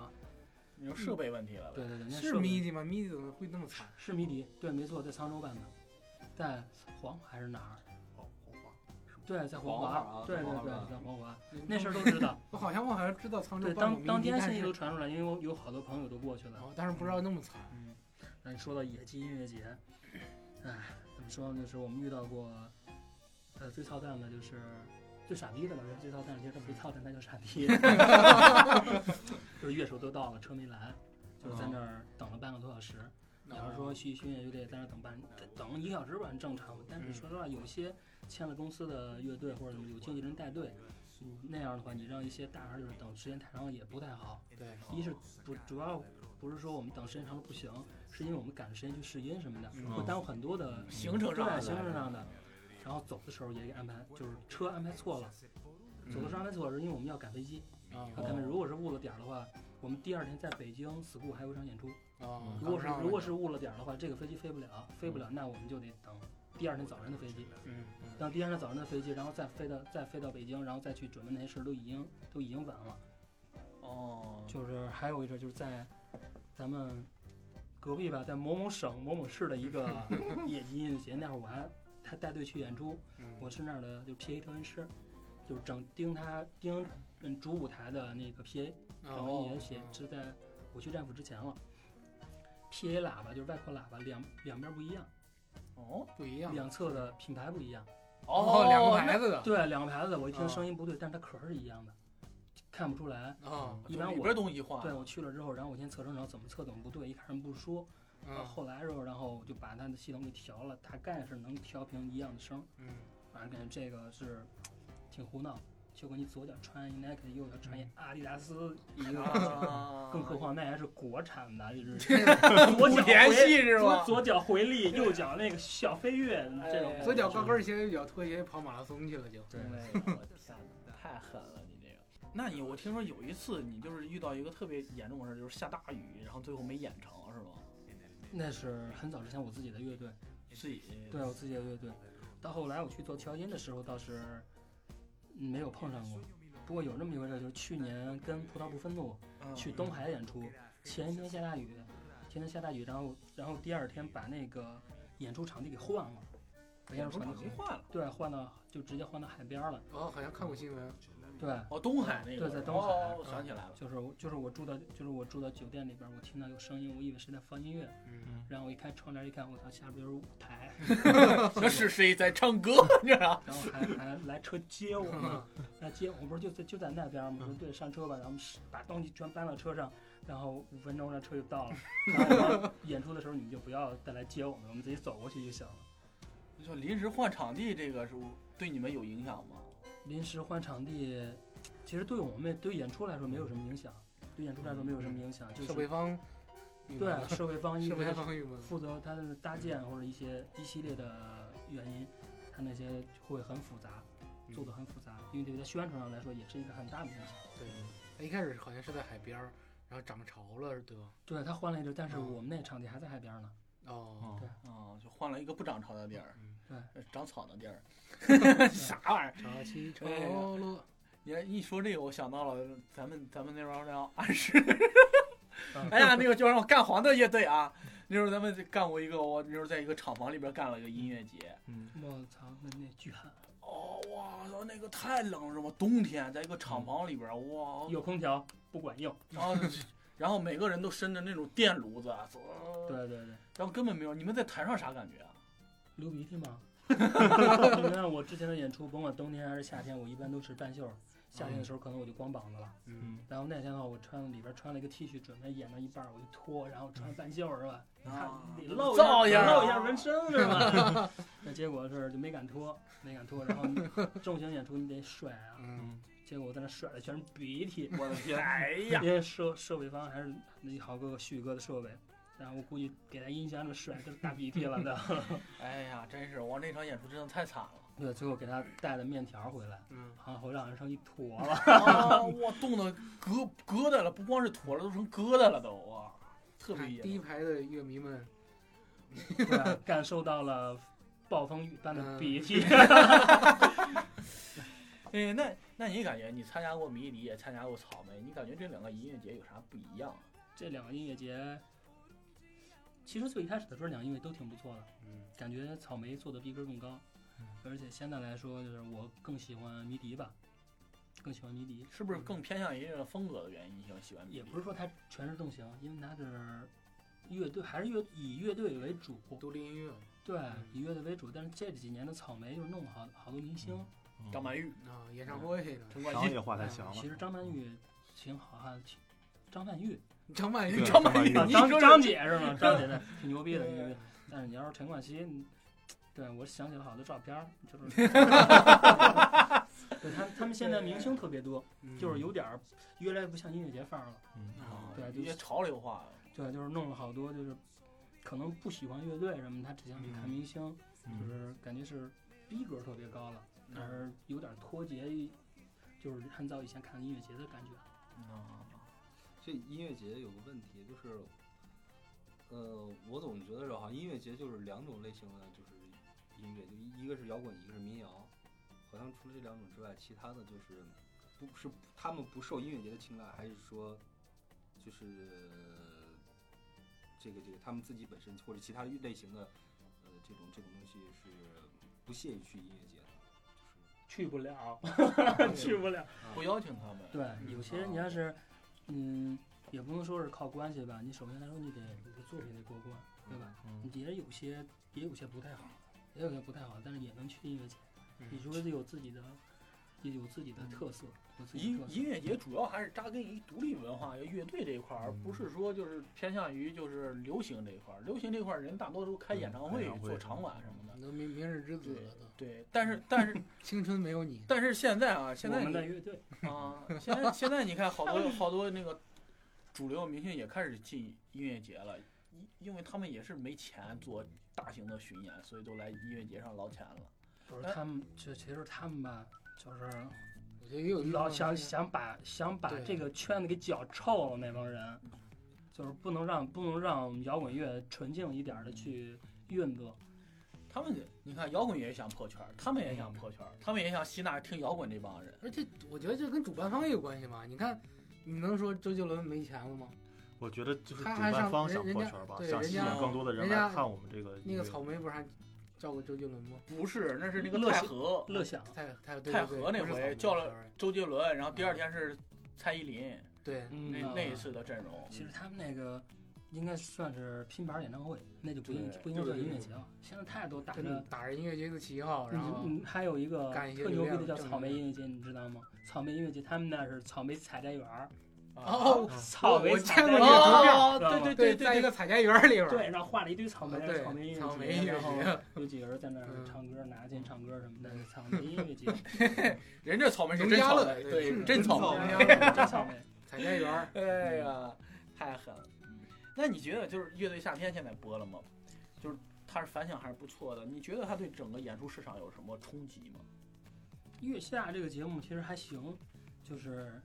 S1: 你说设备问题了呗。
S5: 对对对，那
S2: 是
S5: 设备
S2: 迷弟吗？迷弟怎么会那么惨？
S5: 是迷笛，对，没错，在沧州办的，在黄华还是哪儿？
S3: 哦，好吧
S5: 对，在黄
S4: 黄华啊
S5: 对
S4: 在
S5: 对
S4: 黄华
S5: 对，
S4: 办
S5: 在黄华，那事儿都知道。
S2: 嗯 我好像我好像知道沧州
S5: 对，
S2: 办过
S5: 当
S2: 迷
S5: 当
S2: 笛
S5: 天
S2: 但
S5: 信息
S2: 是
S5: 都传出来，因为我有好多朋友都过去了。
S2: 哦但是不知道那么惨。
S1: 嗯，
S5: 那你说到野鸡音乐节，哎，怎么说呢？就是我们遇到过，呃，最操蛋的就是最傻逼的吧，最操蛋的，其实不是操蛋，那叫傻逼。就是乐手都到了，车没来，就是在那儿等了半个多小时。
S2: 嗯
S5: 你要是说去巡演乐队，在那儿等半等一个小时吧，正常。但是说实话，有些签了公司的乐队或者有经纪人带队，你那样的话，你让一些大牌就是等时间太长也不太好。
S2: 对，
S5: 一是不主要不是说我们等时间长了不行，是因为我们赶时间去试音什么的，会耽误很多的
S1: 嗯行程
S5: 对
S1: 上
S5: 行程上的。然后走的时候也给安排，就是车安排错了，
S1: 嗯
S5: 走的时候安排错了，是因为我们要赶飞机。
S2: 啊
S5: 要赶飞，如果是误了点儿的话，我们第二天在北京 school 还有一场演出。
S2: 啊，
S5: 嗯如果是如果是误了点儿的话，这个飞机飞不了，飞不了，那我们就得等第二天早上的飞机。
S2: 嗯
S5: 等第二天早上的飞机，然后再飞到再飞到北京，然后再去准备那些事儿，都已经都已经晚了。
S1: 哦，
S5: 就是还有一个就是在咱们隔壁吧，在某某省某某市的一 个野鸡音乐节，那会儿我还他带队去演出，
S2: 嗯
S5: 我是那儿的就是 PA 调音师，就是整盯他盯嗯主舞台的那个 PA
S1: 哦
S5: 调音也
S2: 哦
S5: 写是在我去战斧之前了。PA 喇叭就是外扩喇叭，两两边不一样，
S1: 哦
S2: 不一样
S5: 两侧的品牌不一样。
S2: 哦，两个
S1: 那
S2: 牌子的
S5: 对，两个牌子的，我一
S1: 啊
S5: 听声音不对，但是它壳儿是一样的，看不出来。
S2: 啊，
S5: 一般
S1: 里
S5: 我
S1: 边东西换
S5: 对我去了之后，然后我先测声，然后怎么测怎么不对，一看人不说，然后
S2: 嗯
S5: 后来时候，然后我就把它的系统给调了，大概是能调平一样的声儿。
S2: 嗯
S5: 反正感觉这个是挺胡闹，就跟你左脚穿一 Nike，右脚穿一阿迪达斯一个。
S1: 啊
S5: 更何况那还是国产的，就是左脚
S1: 联
S5: 回
S1: 系是
S5: 左
S1: 吧？
S5: 左脚回力，右脚那个小飞跃，这种
S1: 哎
S2: 左脚高跟鞋，右脚拖鞋跑马拉松去了就。
S5: 嗯
S2: 嗯
S5: 对
S1: 哎呦我天哪，太狠了你这个。那你我听说有一次你就是遇到一个特别严重的事儿，就是下大雨，然后最后没演成是吗？
S5: 那是很早之前我自己的乐队，
S1: 自己
S5: 对我自己的乐队。到后来我去做调音的时候，倒是嗯没有碰上过。不过有这么一回事，就是去年跟葡萄不愤怒
S1: 嗯
S5: 去东海演出，前一天下大雨，前天下大雨，然后然后第二天把那个演出场地给换了，把演
S1: 演
S5: 出
S1: 出
S5: 场
S1: 场
S5: 地
S1: 地
S5: 给
S1: 换了。
S5: 对换到就直接换到海边了。
S2: 哦，好像看过新闻。
S5: 对，
S1: 哦，东海那个
S5: 对在东海嗯
S1: 哦，我想起 来了，
S5: 就是我就是我住到就是我住到酒店里边，我听到有声音，我以为是在放音乐，
S2: 嗯，
S5: 然后我一开窗帘一看，我操，下边有舞台，
S1: 那是谁在唱歌？ 你知道吗？
S5: 然后还还来车接
S2: 嗯
S5: 我们，来接我们不是就在就在那边吗？我说对，上车吧，然后我们是把东西全搬到车上，然后五分钟那车就到了。然后我说演出的时候你们就不要再来接我们，我们自己走过去就行了。
S1: 就临时换场地这个是对你们有影响吗？
S5: 临时换场地，其实对我们对演出来说没有什么影响，对演出来说没有什么影响，就
S2: 设备
S5: 是
S2: 方，
S5: 对设备 方一
S2: 设
S5: 个
S2: 备
S5: 是
S2: 方郁闷。
S5: 负责它的搭建或者一些一系列的原因，它那些会很复杂，做的很复杂，因为对于它宣传上来说也是一个很大的影响。
S2: 对，哎他一开始好像是在海边儿，然后涨潮了是得。
S5: 对，它换了一只，但是
S2: 嗯
S5: 我们那场地还在海边呢。
S2: 哦，
S1: 啊，就换了一个不长潮的地儿
S2: 嗯，
S1: 呃长草的地儿，啥玩意儿？
S2: 潮起潮
S1: 哎呀
S2: 落。
S1: 你看一说这个，我想到了咱们咱们那边儿那暗示
S5: 嗯。
S1: 哎呀，那个就是我干黄的乐队啊，那时候
S2: 嗯
S1: 咱们干过一个，我那时候在一个厂房里边干了一个音乐节，
S5: 我操，那那巨狠！
S1: 哦，哇操，那个太冷了嘛，冬天在一个厂房里边儿，哇，
S5: 有空调不管用。
S1: 然后然后每个人都伸着那种电炉子，走，
S5: 对对对，
S1: 然后根本没有，你们在台上啥感觉啊？
S5: 流鼻涕 吗？你看我之前的演出，甭管冬天还是夏天，我一般都是半袖儿。夏天的时候可能我就光膀子了，
S2: 嗯，
S5: 然后那天的话，我穿里边穿了一个 T 恤，准备演到一半儿我就脱，然后穿半袖儿是吧？
S1: 啊
S5: 你露
S1: 造啊
S5: 一
S1: 样
S5: 下，
S1: 儿
S5: 露一下纹身是吧？ 那结果是就没敢脱，没敢脱，然后你 重型演出你得甩啊，
S2: 嗯，
S5: 结果我在那甩的全是鼻涕，
S4: 我的天，
S1: 哎呀，
S5: 因为设设备方还是那好哥哥旭哥的设备，然后我估计给他音箱这甩都是 大鼻涕了的。
S1: 哎呀，真是我那场演出真的太惨了。
S5: 对，最后给他带的面条回来，
S2: 嗯，
S5: 好像回来好像剩一坨了。
S1: 啊，我冻得疙疙瘩了，不光是坨了，都成疙瘩了都啊，特别
S2: 看
S1: 严
S2: 第一
S1: 重。
S2: 排的乐迷们，
S5: 对啊，感受到了暴风雨般的
S2: 嗯
S5: 鼻涕。
S1: 哎，那那你感觉你参加过迷笛，也参加过草莓，你感觉这两个音乐节有啥不一样啊？
S5: 这两个音乐节，其实最一开始的时候，两个音乐都挺不错的，
S2: 嗯
S5: 感觉草莓做的逼格更高，而且现在来说，就是我更喜欢迷笛吧，更喜欢迷笛。
S1: 是不是更偏向于这个风格的原因，你喜欢喜欢迷笛？
S5: 也不是说它全是重型，因为它是乐队，还是乐以乐队为主，
S2: 独立音乐啊
S5: 对，以乐队为主。但是这几年的草莓就是弄了好好多明星，
S3: 嗯哦
S1: 张曼玉、
S2: 啊，演唱会呢，
S1: 陈冠
S3: 商
S1: 希、
S3: 业化太
S2: 嗯
S3: 强
S5: 其
S3: 了。
S5: 实张曼玉挺好哈，挺张曼玉
S2: 张曼玉
S3: 对，
S1: 张
S3: 张
S1: 曼
S3: 曼
S1: 玉
S3: 玉
S5: 啊，
S1: 你
S5: 张
S1: 说是
S5: 张姐是吗？张姐的挺牛逼的，挺牛逼的。但是你要是陈冠希，你对我想起了好多照片儿，就是对他们他们现在明星特别多，
S2: 嗯
S5: 就是有点儿越来越不像音乐节范儿了。
S1: 啊，
S5: 对
S1: 一些潮流化的。
S5: 对，就是弄了好多就是可能不喜欢乐队什么，他只想去看明星，就
S3: 嗯，
S5: 是感觉是逼格特别高了，
S1: 嗯
S5: 但是有点脱节，就是很早以前看音乐节的感 觉。
S4: 嗯
S1: 啊
S4: 这音乐节有个问题就是，呃，我总觉得是好像音乐节就是两种类型的，就是音乐，就一一个是摇滚，一个是民谣，好像除了这两种之外，其他的就是不是他们不受音乐节的青睐，还是说就是、这个这个他
S1: 嗯
S4: 们自己本身或者其他类型的呃这种这种东西是不屑于去音乐节的，
S5: 去不了，
S4: 就是
S5: 去不了。
S1: 不邀请他们。
S5: 对，有些你要是，嗯，也不能说是靠关系吧，你首先来说你得你的作品得过关，对吧？
S3: 嗯
S5: 也有些也有些不太好，也有些不太好，但是也能去音乐节。
S1: 嗯
S5: 你说得有自己的，也有自己的特色，有自己
S1: 音
S5: 的特色。
S1: 音乐节主要还是扎根于独立文化、乐队这一块儿，而
S3: 嗯
S1: 不是说就是偏向于就是流行这一块儿。流行这块儿人大多数开
S3: 嗯
S1: 演唱
S3: 开
S1: 会嗯
S3: 演唱、会
S1: 做场馆什么的。
S2: 都明明日之子了都，
S1: 对，但是但是，
S2: 青春没有你
S1: 但是现在啊，现
S5: 我
S1: 在
S5: 们的
S1: 你
S5: 乐队，
S1: 啊，现在现在你看好多好多那个主流明星也开始进音乐节了，因因为他们也是没钱做大型的巡演，所以都来音乐节上捞钱了。
S5: 不是他们，其实其实他们吧，就是
S2: 我觉得也有
S5: 老
S2: 想，
S5: 想想把想把
S2: 嗯对
S5: 这个圈子给搅臭了那帮人，就是不能让不能让摇滚乐纯净一点儿的去运作。
S1: 他们你看摇滚也想破圈儿，他们也想破圈儿，他们也想吸纳听摇滚这帮人。
S2: 而且我觉得这跟主办方也有关系嘛。你看，你能说周杰伦没钱了吗？
S3: 我觉得就是主
S2: 他还
S3: 办
S2: 上
S3: 方
S2: 人
S3: 想
S2: 人
S3: 破
S2: 家
S3: 圈吧，
S2: 对
S3: 想
S2: 人
S3: 吸引
S1: 家
S3: 更多的人
S2: 人
S3: 来
S2: 家
S3: 看我们这个
S2: 那
S3: 音乐
S2: 个草莓不是还叫过周杰伦吗？
S1: 不是，那是那个
S5: 乐
S1: 太
S5: 视
S1: 和
S5: 乐享
S2: 太太对
S1: 太
S2: 对
S1: 和
S2: 对
S1: 那
S2: 不是草
S1: 回
S2: 莓
S1: 叫了
S2: sorry
S1: 周杰伦，然后第二天是蔡依林，
S2: 对，
S5: 嗯
S1: 那那一次的阵容。
S5: 其实他们那个应该算是拼盘演唱会，那就不应
S1: 对
S5: 不应该算音乐节了。现在太多打
S2: 真的
S5: 着，
S2: 打着音乐节的旗号，然后
S5: 嗯，还有一个
S2: 干一些
S5: 特牛逼的
S2: 流量
S5: 叫
S2: 正
S5: 草莓
S2: 能
S5: 音乐节，你知道吗？草莓音乐节他们那是草莓采摘园儿，
S1: 啊
S2: 哦
S5: 草莓
S2: 我
S5: 采
S2: 见
S5: 摘
S2: 过
S5: 园
S2: 这个图
S5: 儿，
S2: 片
S1: 哦，
S5: 知道吗
S1: 对对对
S2: 在一
S1: 对
S2: 个采摘园里边儿，
S5: 对，然后画了一堆草莓，
S2: 啊对
S5: 草莓音乐节，
S2: 草莓音乐
S5: 然后
S2: 节，
S5: 有几个人在那儿
S2: 嗯
S5: 唱歌，拿剑唱歌什么的，
S2: 嗯
S5: 草莓音乐节，
S1: 人这草莓是
S2: 农
S1: 真
S2: 家
S1: 草
S2: 乐
S1: 莓，
S2: 对
S1: 对，
S2: 是
S1: 是真
S2: 真
S1: 草
S2: 草
S1: 莓
S2: 莓。啊
S5: 真草莓。啊
S2: 采摘园儿，
S1: 哎呀，太狠了。那你觉得就是乐队夏天现在播了吗？就是它是反响还是不错的，你觉得它对整个演出市场有什么冲击吗？
S5: 月下这个节目其实还行，就是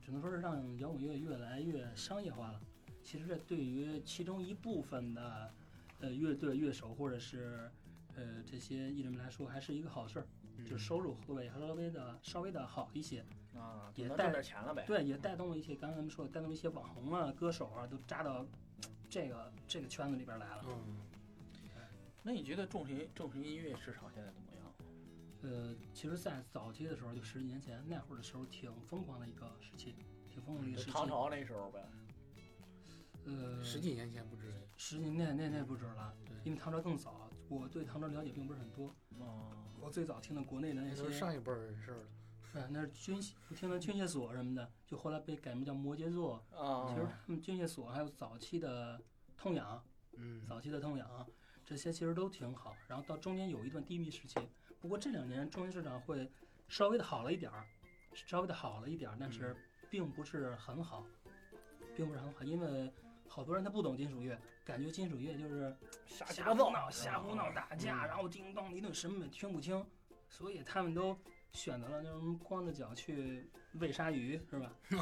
S5: 只能说是让摇滚乐越来越商业化了。其实这对于其中一部分的呃乐队乐手或者是呃这些艺人们来说，还是一个好事儿，
S3: 嗯
S5: 就是收入会稍微的稍微的好一些。
S1: 啊，
S5: 也
S1: 能
S5: 带
S1: 挣点钱了呗。
S5: 对，也带动了一些，刚才咱们说的带动了一些网红啊、歌手啊，都扎到这个这个圈子里边来了。
S2: 嗯，
S1: 那你觉得重型重型音乐市场现在怎么样？
S5: 呃，其实，在早期的时候，就十几年前那会儿的时候，挺疯狂的一个时期，挺疯狂的一个
S1: 就
S5: 时期。
S1: 唐朝那时候呗，
S5: 呃，
S2: 嗯十几年前不止，
S5: 十几那那那不止了，因
S2: 对，
S5: 为唐朝更早，我对唐朝了解并不是很多。
S1: 嗯，
S5: 我最早听的国内的那
S2: 那
S5: 些
S2: 都是上一辈儿的事儿了。
S5: 嗯，那是军械，我听的军械所什么的，就后来被改名叫摩羯座。
S1: 啊，
S2: 哦
S5: 其实他们军械所还有早期的痛痒，
S2: 嗯，
S5: 早期的痛痒啊这些其实都挺好。然后到中间有一段低迷时期，不过这两年中间市场会稍微的好了一点儿，稍微的好了一点儿，但
S2: 嗯
S5: 是并不是很好，并不是很好，因为好多人他不懂金属乐，感觉金属乐就是
S1: 瞎鸡
S5: 瞎
S1: 巴
S5: 胡
S1: 造
S5: 闹、瞎胡闹打架，
S2: 嗯
S5: 然后叮咚一顿审美听不清，所以他们都选择了那种光着脚去喂鲨鱼，是吧？
S2: 嗯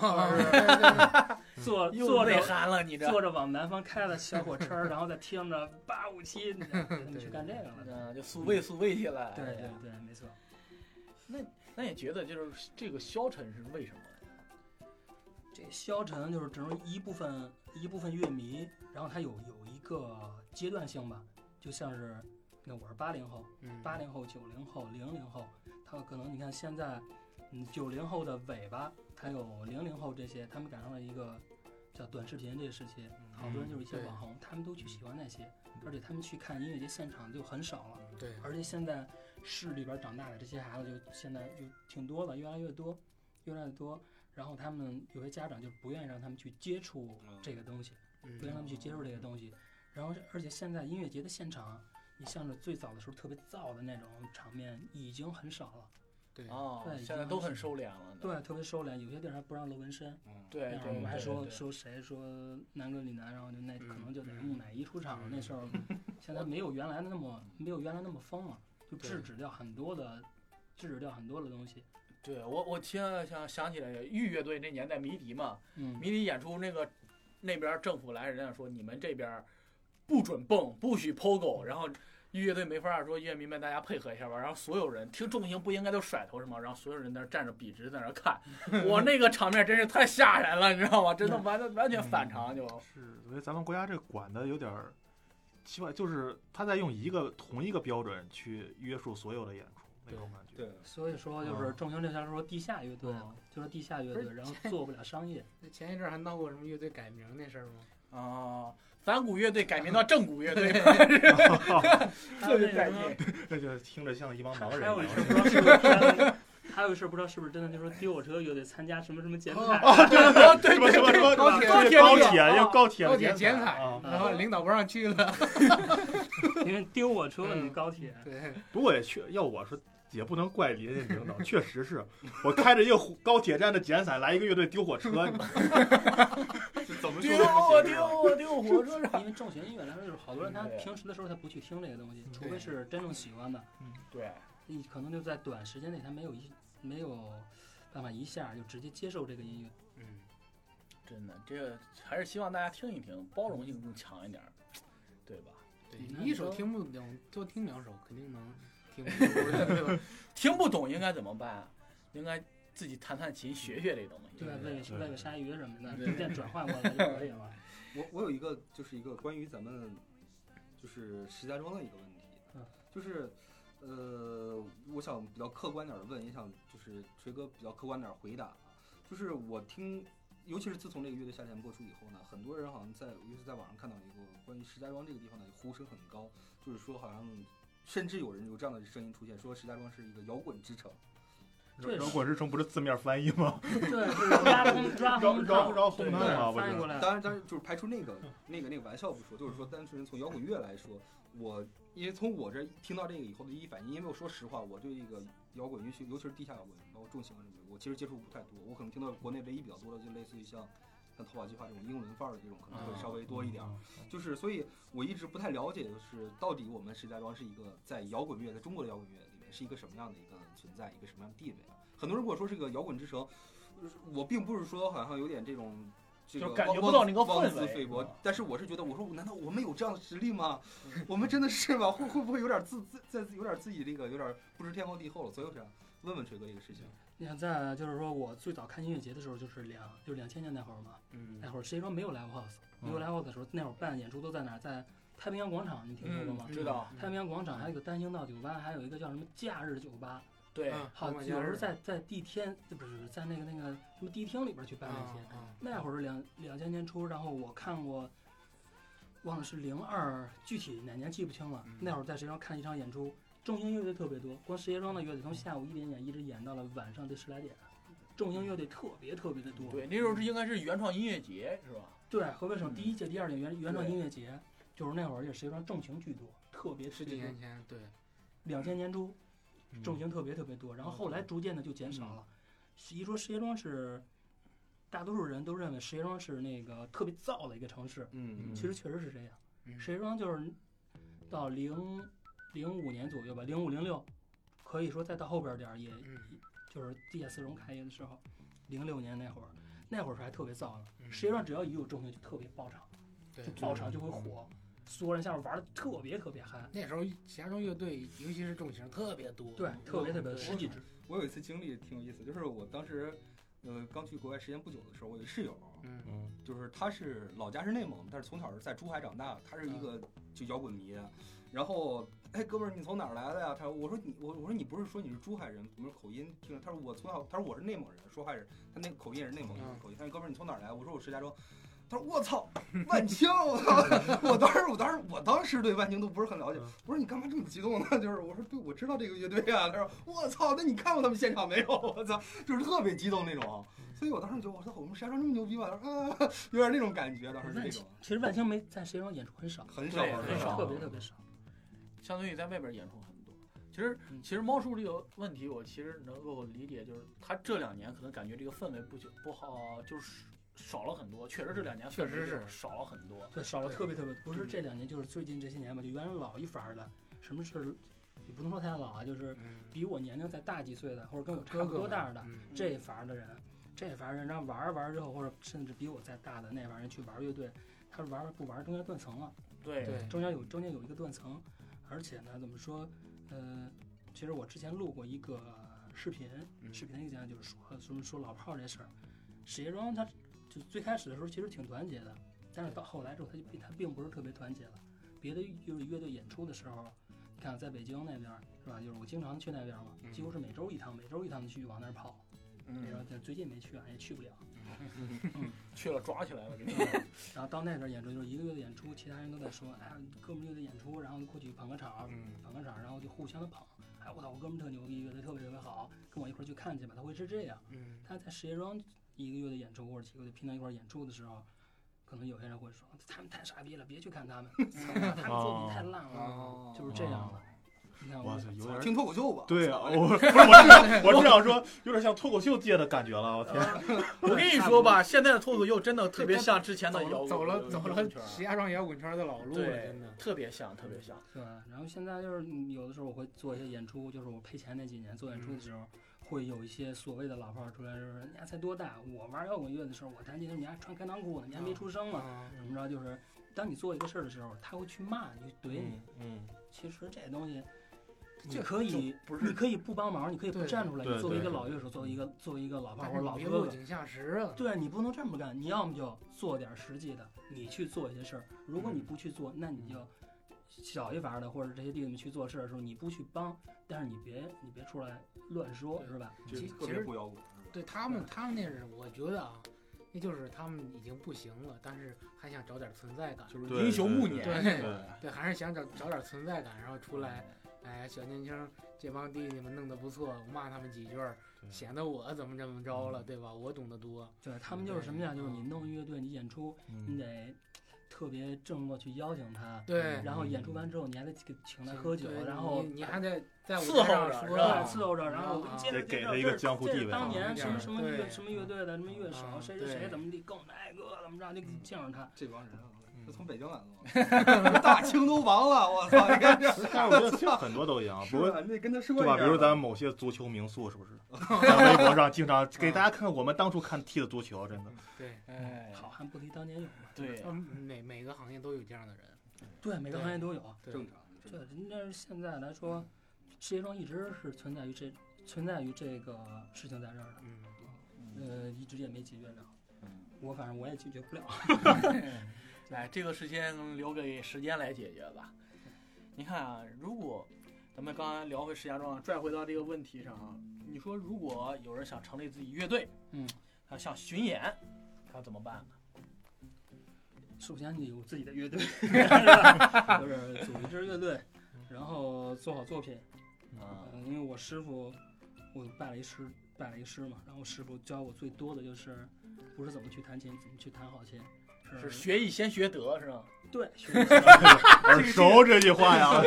S5: 坐
S1: 又
S5: 坐
S1: 内
S5: 着
S1: 涵了，你这，
S5: 坐着往南方开的小火车，然后再听着八五七，给他们去干这个了。
S1: 嗯，就速喂速喂起来，
S5: 对对对，没错。
S1: 那你觉得就是这个消沉是为什么呢？
S5: 这消沉就是只能一部分一部分乐迷，然后他有有一个阶段性吧，就像是那我是八零后，
S2: 嗯
S5: 八零后、九零后、零零后，他可能你看现在，嗯，九零后的尾巴，还有零零后这些，他们赶上了一个叫短视频这个时期，好多人就是一些
S2: 对
S5: 网红，他们都去喜欢那些，而且他们去看音乐节现场就很少了，
S2: 对，
S5: 而且现在市里边长大的这些孩子就现在就挺多了，越来越多，越来越多，然后他们有些家长就不愿意让他们去接触这个东西。不让他
S2: 嗯
S5: 们去接触这个东西。然后是，而且现在音乐节的现场，你像是最早的时候特别燥的那种场面已经很少了，
S2: 对，
S1: 啊
S5: 对，
S1: 现在都很收敛了呢。
S5: 对，特别收敛，有些地儿还不让露纹身。
S1: 对对
S5: 那会
S1: 对，
S5: 儿我们还
S1: 对
S5: 说
S1: 对
S5: 说谁说南哥李楠，然后就那
S2: 嗯
S5: 可能就得
S2: 嗯
S5: 木乃伊出场
S2: 嗯
S5: 那时候，现在没有原来的那么没有原来那么疯了，就
S2: 对
S5: 制止掉很多的。制止掉很多的东西，
S1: 对我我听想想起来豫乐队那年代迷笛嘛，
S5: 嗯，
S1: 迷笛演出那个那边政府来人家说你们这边不准蹦，不许 POGO，然后豫乐队没法儿说乐迷们大家配合一下吧，然后所有人听重型不应该都甩头是吗？然后所有人在那儿站着笔直在那儿 看，我那个场面真是太吓人了，你知道吗？真的完全完全
S5: 嗯
S1: 反常就，
S3: 是，我觉得咱们国家这管的有点儿奇怪，就是他在用一个同一个标准去约束所有的演出那种感觉。
S4: 对，
S5: 所以说就是重型这条说地下乐队，就是地下乐
S2: 不
S5: 队，
S2: 是
S5: 然后做不了商业，
S2: 那前一阵儿还闹过什么乐队改名那事儿吗？
S1: 啊，反骨乐队改名到正骨乐队，
S5: 还有
S1: 特别
S5: 那
S1: 带
S5: 什么
S1: 劲。
S3: 这 就听着像一帮
S5: 还
S3: 盲人一
S5: 还有一
S3: 样
S5: 事。不知道是不是真的， 还有一事不知道是不是真的，就是说丢我车乐队参加什么什么节目赛，
S1: 啊，对
S3: 什么什么什么
S2: 高铁
S1: 高铁
S3: 高
S1: 那个
S3: 铁要高铁
S2: 高铁
S3: 剪
S2: 剪彩
S3: 啊！
S2: 然后领导不让 去了。
S5: 因为丢我车
S2: 嗯
S5: 你高 铁，
S2: 对，
S3: 不过也确要我说也不能怪人家领导，确实是我开着一个火高铁站的剪彩来一个乐队丢火车，你 这怎么说
S1: 丢
S3: 都不
S1: 啊
S3: 解释
S1: 丢啊丢火车上。
S5: 因为重型音乐来说就是好多人他
S1: 对
S5: 平时的时候他不去听这个东西，除
S2: 对
S5: 非是真正喜欢的，
S1: 对，
S5: 你可能就在短时间内他没有一没有办法一下就直接接受这个音乐，
S2: 嗯，
S1: 真的，这个还是希望大家听一听，包容性更强一点儿，对吧？
S2: 对，
S5: 你
S2: 你
S5: 那
S2: 一首
S5: 都
S2: 听不懂，多听两首肯定 能听明白。对吧
S1: 听不懂应该怎么办？应该自己弹弹琴，学学这东西。
S5: 对吧？喂
S3: 对
S5: 喂个鲨鱼什么的，
S1: 对
S5: 逐渐转换过来就可以了。
S4: 我我有一个就是一个关于咱们就是石家庄的一个问题
S5: 嗯，
S4: 就是呃，我想比较客观点的问，也想就是锤哥比较客观点儿回答啊，就是我听，尤其是自从这个乐队夏天播出以后呢，很多人好像在尤其是在网上看到一个关于石家庄这个地方的呼声很高，就是说好像甚至有人有这样的声音出现，说石家庄是一个摇滚之城。
S5: 对
S3: 摇滚之城不是字面翻译 吗？
S5: 对，就是 抓风抓
S3: 饶饶不饶
S5: 风抓
S3: 红
S1: 对
S3: 灯
S1: 对
S3: 啊？
S5: 对，
S3: 不
S5: 翻译过
S3: 是，
S5: 来
S4: 当然，当然就是排除那个那个那个玩笑不说，就是说单纯从摇滚乐来说，我因为从我这听到这个以后的第一反应，因为我说实话，我对这个摇滚，尤其尤其是地下摇滚，包括重型什么的，我其实接触不太多。我可能听到国内唯一比较多的，就类似于像像逃跑计划这种英伦范儿的这种，可能会稍微多一点
S2: 啊
S4: 儿。就是，所以我一直不太了解，就是到底我们石家庄是一个在摇滚乐，在中国的摇滚乐里面是一个什么样的一个存在，一个什么样的地位啊？很多人跟我说是个摇滚之城，就是我并不是说好像有点这种。这个
S1: 就感觉
S4: 妄
S1: 不到那个
S4: 妄
S1: 氛围啊
S4: 自菲薄
S1: 是吧，
S4: 但是我是觉得，我说难道我们有这样的实力吗？我们真的是吗？会会不会有点自自在有点自己这个有点不知天高地厚了？所以我想问问锤哥这个事情。
S5: 你想在就是说我最早看音乐节的时候，就是两就两千年那会儿嘛，
S2: 嗯
S5: 那会儿谁说没有 live house？没有 live house 的时候，那会儿办演出都在哪儿？在太
S1: 嗯
S5: 平洋广场，你听说过吗？
S1: 知道
S5: 太平洋广场还有一个单行道酒吧，还有一个叫什么假日酒吧，
S1: 对，
S2: 啊
S5: 好，
S2: 罗马
S5: 有
S2: 假
S5: 时候
S2: 日
S5: 在在地天，不是在那个那个什么地厅里边去办那些。
S2: 啊
S5: 那会儿两两千年初，然后我看过，忘了是零二，具体哪年记不清了。
S2: 嗯
S5: 那会儿在石家庄看一场演出，重型乐队特别多，光石家庄的乐队从下午一点演一直演到了晚上的十来点，重型乐队特别特别的多。
S1: 对，那时候是应该是原创音乐节是吧？
S5: 对，河北省
S1: 嗯
S5: 第一届、第二届原原创
S1: 对
S5: 音乐节，就是那会儿，而且石家庄重型巨多，特别
S2: 十
S5: 特
S2: 几
S5: 别多
S2: 年。前，对，
S5: 两千年初，
S3: 嗯
S5: 重型特别特别多，然后
S2: 哦
S5: 后来逐渐的就减少
S2: 嗯
S5: 了。一说石家庄是，大多数人都认为石家庄是那个特别燥的一个城市，
S4: 嗯
S3: 嗯
S5: 其实确实是这样。
S2: 嗯
S5: 石家庄就是到零零五年左右吧，零五零六，可以说再到后边点儿，也
S2: 嗯
S5: 就是地下丝绒开业的时候，零六年那会儿，那会儿是还特别燥呢。
S2: 嗯
S5: 石家庄只要一有重型就特别爆场，
S2: 对
S5: 就爆场就会火，所有人下面玩的特别特别嗨，
S2: 嗯那时候石家庄乐队，尤其是重型特别多，嗯
S5: 对，特别特别多，
S2: 对
S5: 十几支。
S4: 我有一次经历挺有意思，就是我当时，呃，刚去国外时间不久的时候，我有一室友，
S2: 嗯
S3: 嗯
S4: 就是他是老家是内蒙，但是从小是在珠海长大，他是一个就摇滚迷。然后，哎，哥们儿，你从哪儿来的呀？他说，我说你，我我说你不是说你是珠海人，怎么口音听着？他说我从小，他说我是内蒙人，说话是他那个口音也是内蒙人
S2: 嗯
S4: 口音。他说哥们儿，你从哪儿来？我说我石家庄。他说我操，万青！ 我操！我当时，我当时，我当时对万青都不是很了解
S3: 嗯。
S4: 我说你干嘛这么激动呢？ 就是我说对，我知道这个乐队啊。他说我操，那你看过他们现场没有？ 我操，就是特别激动那种。啊所以我当时觉得我操，我们石家庄这么牛逼吗？他说啊， 有点那种感觉，当时是那种
S5: 其实万青没在石家庄演出很少，
S4: 很少啊
S1: 对很少
S5: 特别特别少。
S1: 相当于在外边演出很多。其实
S5: 嗯，
S1: 其实猫叔这个问题，我其实能够理解，就是他这两年可能感觉这个氛围不久不好，就是少了很多。确实这两年
S2: 确
S1: 氛围
S2: 实
S1: 就是少了很多。
S5: 对，少了
S1: 对
S5: 特别特别，
S2: 嗯
S5: 不是这两年，就是最近这些年吧，就原来老一茬儿的，什么是，也不能说太老啊，就是
S2: 嗯，
S5: 比我年龄再大几岁的，或者跟我差不多大的
S2: 嗯
S5: 这一茬儿的人，这一茬儿人，然后玩儿玩儿之后，或者甚至比我再大的那茬儿人去玩儿乐队，他玩儿不玩儿中间断层了，
S1: 对
S2: 对，
S5: 中间有中间有一个断层，而且呢，怎么说，呃，其实我之前录过一个视频，
S2: 嗯
S5: 视频的意见就是说什么说老炮儿这事儿，石家庄他就最开始的时候其实挺团结的，但是到后来之后他就并他并不是特别团结了。别的就是乐队演出的时候，你看在北京那边儿是吧？就是我经常去那边儿嘛，
S2: 嗯
S5: 几乎是每周一趟，每周一趟的去往那儿跑。然后
S1: 嗯，
S5: 但最近没去啊，也 去不了。
S1: 去了抓起来了，给
S2: 嗯
S1: 你。
S5: 然后到那边儿演出就是一个乐队演出，其他人都在说，哎，哥们儿乐队演出，然后过去捧个场，
S2: 嗯
S5: 捧个场，然后就互相的捧。哎，我操，我哥们儿特牛逼，乐队特别特别好，跟我一块儿去看去吧。他会是这样。
S2: 嗯
S5: 他在石家
S3: 哦
S5: 庄一个月的演出或者几个月拼到一块儿演出的时候，可能有些人会说他们太傻逼了，别去看他们，操他们作品太烂了，
S2: 哦
S5: 就是这样的。你看我
S3: 哇
S5: 们
S3: 塞，有点
S4: 听脱口秀吧？
S3: 对啊，我不是我是我是想说，有点像脱口秀界的感觉了，我天，
S1: 我 跟你说吧，现在的脱口秀真的特别像之前的
S2: 走
S1: 摇
S2: 了
S1: 滚
S2: 走了走
S1: 摇滚圈儿
S2: 了
S1: 啊
S2: 石家庄摇滚圈的老路了，
S1: 对
S2: 真的。
S1: 特别像，特别像。
S5: 对吧？然后现在就是嗯有的时候我会做一些演出，就是我赔钱那几年做演出的时候，会有一些所谓的老炮儿出来，就是人家才多大，我玩摇滚乐的时候，我弹吉他，你还穿开裆裤呢，你还没出生呢，
S2: 啊
S5: 怎么着？就是当你做一个事儿的时候，他会去骂你，怼你，
S3: 嗯，
S5: 其实这东西，你
S1: 这
S5: 可以
S1: 就不是
S5: 你可以不帮忙，你可以不
S2: 对
S5: 站出来。
S3: 对
S5: 你作为一
S3: 对
S5: 个老乐手，作为一个作为一个老炮
S2: 但
S5: 儿
S2: 是
S5: 或者老
S2: 别
S5: 哥
S2: 落
S5: 哥，
S2: 井下石啊！
S5: 对你不能这么干。你要么就做点实际的，你去做一些事儿。如果你不去做，那你就小一伐的，或者这些弟弟们去做事儿的时候，你不去帮，但是你别你别出来乱说，是吧？
S4: 就
S2: 其
S4: 特
S2: 其
S4: 别
S2: 实
S4: 不摇滚。
S2: 对他们，他们那是我觉得啊，那就是他们已经不行了，但是还想找点存在感，
S1: 就是
S3: 对
S1: 英雄暮
S3: 对
S1: 年
S2: 对
S1: 那
S2: 对
S1: 个
S2: 对，还是想找找点存在感，然后
S5: 嗯
S2: 出来，哎，小年轻儿这帮弟弟们弄得不错，我骂他们几句儿，
S3: 对
S2: 显得我怎么怎么着
S1: 嗯
S2: 了，对吧？我懂得多，
S5: 对他们就是什么呀？就是你弄乐队，你演出，
S4: 嗯
S5: 你得特别郑重地去邀请他，
S4: 嗯
S2: 对，
S5: 然后演出完之后，你还得给请他喝酒
S2: 对，
S5: 然后
S2: 你你还得在舞
S1: 伺
S2: 台
S1: 候
S2: 上
S1: 着
S2: 说
S1: 是吧
S5: 对，伺候着，然后
S2: 啊
S5: 接着
S3: 得给
S5: 介
S3: 他
S5: 绍
S3: 一个
S5: 这是
S3: 江湖
S5: 这是
S3: 地位
S5: 当
S2: 啊
S5: 年什么什么乐
S2: 对
S5: 什么乐队的什么乐手
S2: 啊，
S5: 谁谁谁
S2: 对
S5: 怎么地，跟我们哎哥怎么着，就敬着他。
S4: 这帮人啊，
S2: 嗯
S4: 是从北京来的吗？大清都亡了，我操！你看这，
S3: 但是我觉得其实很多都一样，
S4: 是
S3: 不过
S4: 吧？你得跟他说
S3: 对
S4: 一
S3: 吧？
S4: 下。
S3: 比如咱某些足球名宿，是不是？ 在微博上经常给大家看看我们当初看踢的足球，真的。
S2: 对，
S1: 哎，
S5: 好汉不提当年勇，
S1: 对，
S2: 嗯每每个行业都有这样的人，
S5: 对，每个
S2: 对
S5: 行业都有。
S2: 对
S4: 正常，
S5: 对，人家现在来说，石家庄一直是存在于这存在于这个事情在这儿的，
S2: 嗯，
S5: 呃，一直也没解决了。
S4: 嗯
S5: 我反正我也解决不了。
S1: 来，这个事情留给时间来解决吧。你看啊，如果咱们刚才聊回石家庄，拽回到这个问题上啊，你说如果有人想成立自己乐队，
S5: 嗯，
S1: 他想巡演，他怎么办呢？
S5: 首先你有自己的乐队， 就是组一支乐队，然后做好作品。
S1: 啊
S5: 嗯，因为我师傅，我拜了一师，拜了一师嘛，然后师傅教我最多的就是，不是怎么去弹琴，怎么去弹好琴，
S1: 是学艺先学德是吗？
S5: 对， 学一下
S4: 嗯
S3: 耳熟这句话呀，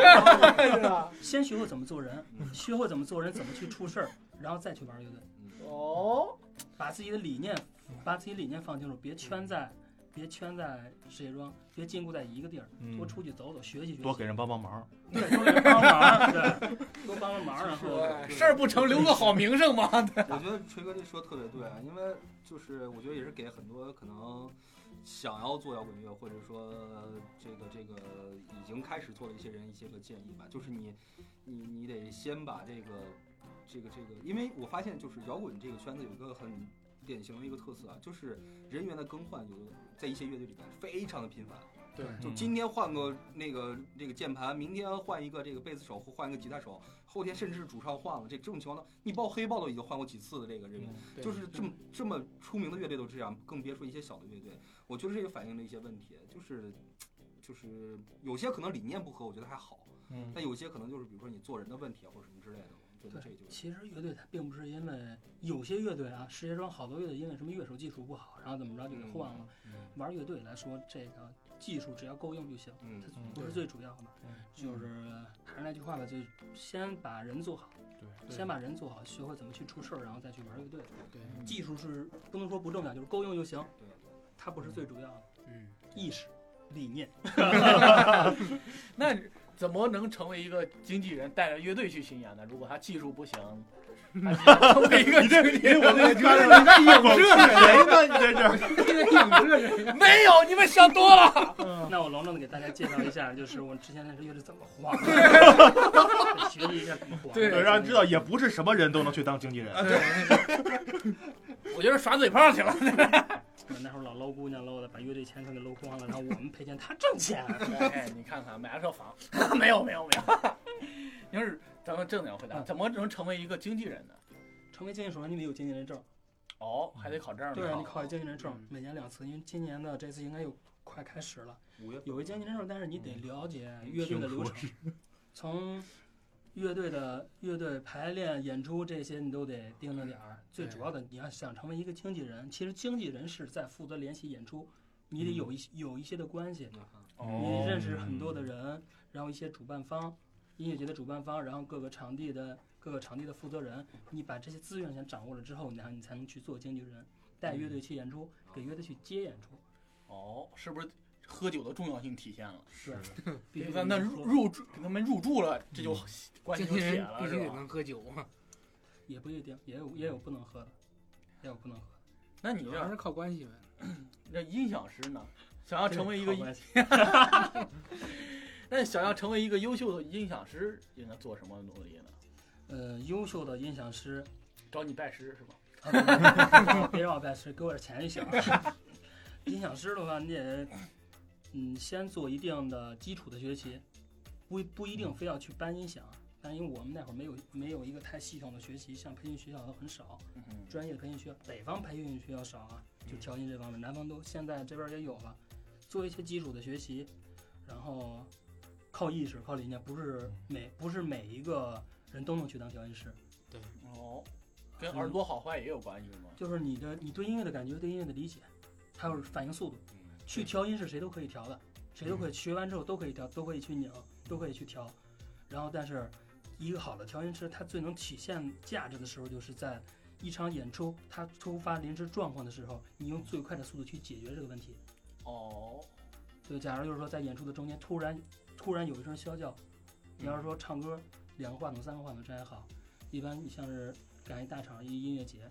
S1: 是吧？
S5: 先学会怎么做人，学会怎么做人，怎么去出事儿，然后再去玩乐队，
S1: 哦，
S5: 把自己的理念，把自己理念放清楚，别圈在，别圈在石家庄，别禁锢在一个地儿，
S4: 嗯
S5: 嗯多出去走走，学习学习，
S3: 嗯多给人帮帮忙。
S5: 对，多给人帮忙，对，多帮帮忙，然后
S1: 对啊事儿不成留个好名声嘛。
S4: 我觉得锤哥这说得特别对啊，因为就是我觉得也是给很多可能想要做摇滚乐，或者说这个这个已经开始做的一些人一些个建议吧，就是你你你得先把这个这个这个，因为我发现就是摇滚这个圈子有一个很典型的一个特色啊，就是人员的更换有的在一些乐队里面非常的频繁。
S1: 对
S4: 就今天换个那个这个键盘，明天换一个这个贝斯手或换一个吉他手，后天甚至是主唱换了，这这种情况呢，你报黑豹都已经换过几次的这个人员，
S1: 对
S4: 就是这么这么出名的乐队都这样，更别说一些小的乐队。我觉得这也反映了一些问题，就是就是有些可能理念不合，我觉得还好，
S1: 嗯
S4: 但有些可能就是比如说你做人的问题啊或者什么之类的，我觉得这就
S5: 其实乐队它并不是因为有些乐队啊，石家庄好多乐队因为什么乐手技术不好，然后怎么着就给换了。
S4: 嗯
S5: 玩乐队来说，这个技术只要够用就行，
S4: 嗯
S5: 它
S1: 嗯
S5: 不是最主要的。就是还是那句话吧，就先把人做好，
S1: 对
S5: 先把人做好，学会怎么去出事儿，然后再去玩乐队。
S2: 对，
S5: 技术是不能说不重要，就是够用就行
S4: 嗯对对，
S5: 它不是最主要的。
S2: 嗯，
S5: 意识、理念，
S1: 那怎么能成为一个经纪人带着乐队去巡演呢？如果他技术不行，他想成为一个经纪人，
S3: 我那个圈子，你在影射谁呢？你这是？
S1: 没有，你们想多了。
S5: 那我隆重的给大家介绍一 下，就是我之前那支乐队怎么黄，学习一下怎么黄。
S1: 对
S3: 对，让人知道也不是什么人都能去当经纪人。
S2: 啊
S1: 啊我觉得耍嘴炮去了。
S5: 那时候老搂姑娘搂的，把乐队钱全给搂光了，然后我们赔钱，他 挣钱。
S1: 哎，你看看，买了套房， 没有没有没有。您是咱们正经回答，怎么能成为一个经纪人呢？
S5: 成为经纪首先你得有经纪人证，
S1: 哦，还得考证呢。
S5: 对啊，你考
S1: 哦
S5: 一经纪人证
S2: 嗯，
S5: 每年两次，因为今年的这次应该有快开始了，
S4: 五月份嗯
S5: 有一经纪人证，但是你得了解乐队的流程， 从乐队的乐队排练、演出这些你都得盯着点儿。最主要的，你要想成为一个经纪人，其实经纪人是在负责联系演出，你得有一些有一些的关系，你
S1: 哦
S5: 认识很多的人，然后一些主办方，音乐节的主办方，然后各个场地的各个场地的负责人，你把这些资源先掌握了之后，然后你才能去做经纪人，带乐队去演出，给乐队去接演出。
S1: 哦，是不是喝酒的重要性体现了？
S5: 是，必须嗯
S1: 那那入入住给他们入住了，这就关系
S2: 经
S1: 就
S2: 纪
S1: 铁
S2: 人
S1: 了，
S2: 必须
S1: 是
S2: 得
S1: 吧？
S2: 能喝酒啊，
S5: 也不一定，也有也有不能喝的，也有不能喝的。
S1: 那你
S2: 主要
S1: 这
S5: 嗯
S2: 是靠关系呗。
S1: 这音响师呢？想要成为一个
S5: 靠关系
S1: 那想要成为一个优秀的音响师，应该做什么努力呢？
S5: 呃优秀的音响师，
S1: 找你拜师是吧？
S5: 啊不不不 别让我拜师，给我点钱就行了。 音响师的话，你得嗯先做一定的基础的学习，不不一定非要去搬音响。但因为我们那会儿没有没有一个太系统的学习，像培训学校都很少，
S1: 嗯
S5: 专业的培训学校，北方培训学校少啊，就调音这方面，南方都现在这边也有了，做一些基础的学习，然后靠意识、靠理念，不是每不是每一个人都能去当调音师，
S1: 哦，跟耳朵好坏也有关系吗？
S5: 就是你的你对音乐的感觉、对音乐的理解，还有反应速度，去调音是谁都可以调的，谁都可以学完之后都可以调，都可以去拧，都可以去调。然后，但是一个好的调音师，他最能体现价值的时候，就是在一场演出他突发临时状况的时候，你用最快的速度去解决这个问题。
S1: 哦，
S5: 就假如就是说在演出的中间突然突然有一声啸叫，你要是说唱歌两个话筒三个话筒这还好，一般你像是赶一大场一音乐节，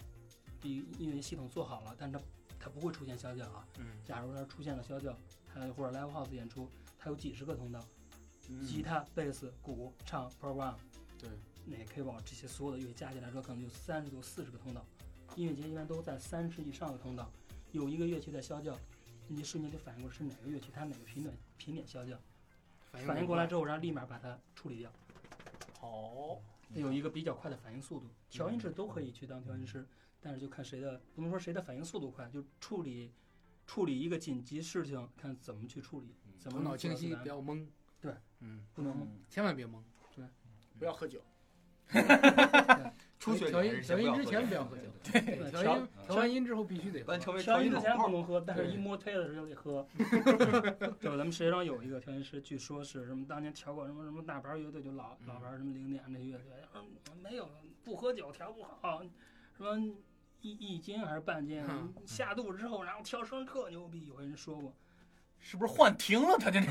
S5: 一音乐系统做好了，但是它它不会出现啸叫啊。
S2: 嗯，
S5: 假如它出现了啸叫，还有或者 live house 演出，它有几十个通道，
S1: 嗯
S5: 吉他、贝斯、鼓、唱、program，
S2: 对，
S5: 那 K 宝这些所有的乐器加起来说，可能就三十多、四十个通道。音乐节一般都在三十以上的通道，有一个乐器在啸叫，你瞬间就反应过来是哪个乐器，它哪个频点频点啸叫，
S2: 反应
S5: 反应过
S2: 来
S5: 来之后，然后立马把它处理掉。
S1: 好，
S5: 有一个比较快的反应速度。调音师都可以去当调音师，但是就看谁的，不能说谁的反应速度快，就处理处理一个紧急事情，看怎么去处理，怎么
S2: 头脑
S5: 能做
S2: 清
S5: 到
S2: 晰，
S5: 最
S2: 不
S5: 难
S2: 要懵。
S5: 对，
S2: 嗯，
S5: 不能
S1: 嗯
S2: 千万别懵。
S1: 不要喝酒，
S4: 初学
S2: 调
S4: 者
S2: 音
S4: 是先
S2: 调
S4: 不
S2: 音
S4: 要
S2: 之
S4: 喝酒
S2: 前不要喝酒，
S4: 对
S2: 对
S5: 对
S2: 调
S5: 调
S2: 音调完音之后必须得喝
S4: 完。全为
S5: 调音
S4: 音
S5: 之
S4: 老
S5: 前
S4: 炮
S5: 不
S4: 儿
S5: 能喝，但是
S2: 对
S5: 一摸推的时候就得喝。 对，咱们石家庄有一个调音师，据说是什么当年调过什么什么大牌乐队，就老
S2: 嗯
S5: 老牌什么零点这乐队，嗯没有不喝酒调不好，什么一一斤还是半斤
S2: 嗯，
S5: 下肚之后然后调声特牛逼，有人说过。
S1: 是不是换停了？他就这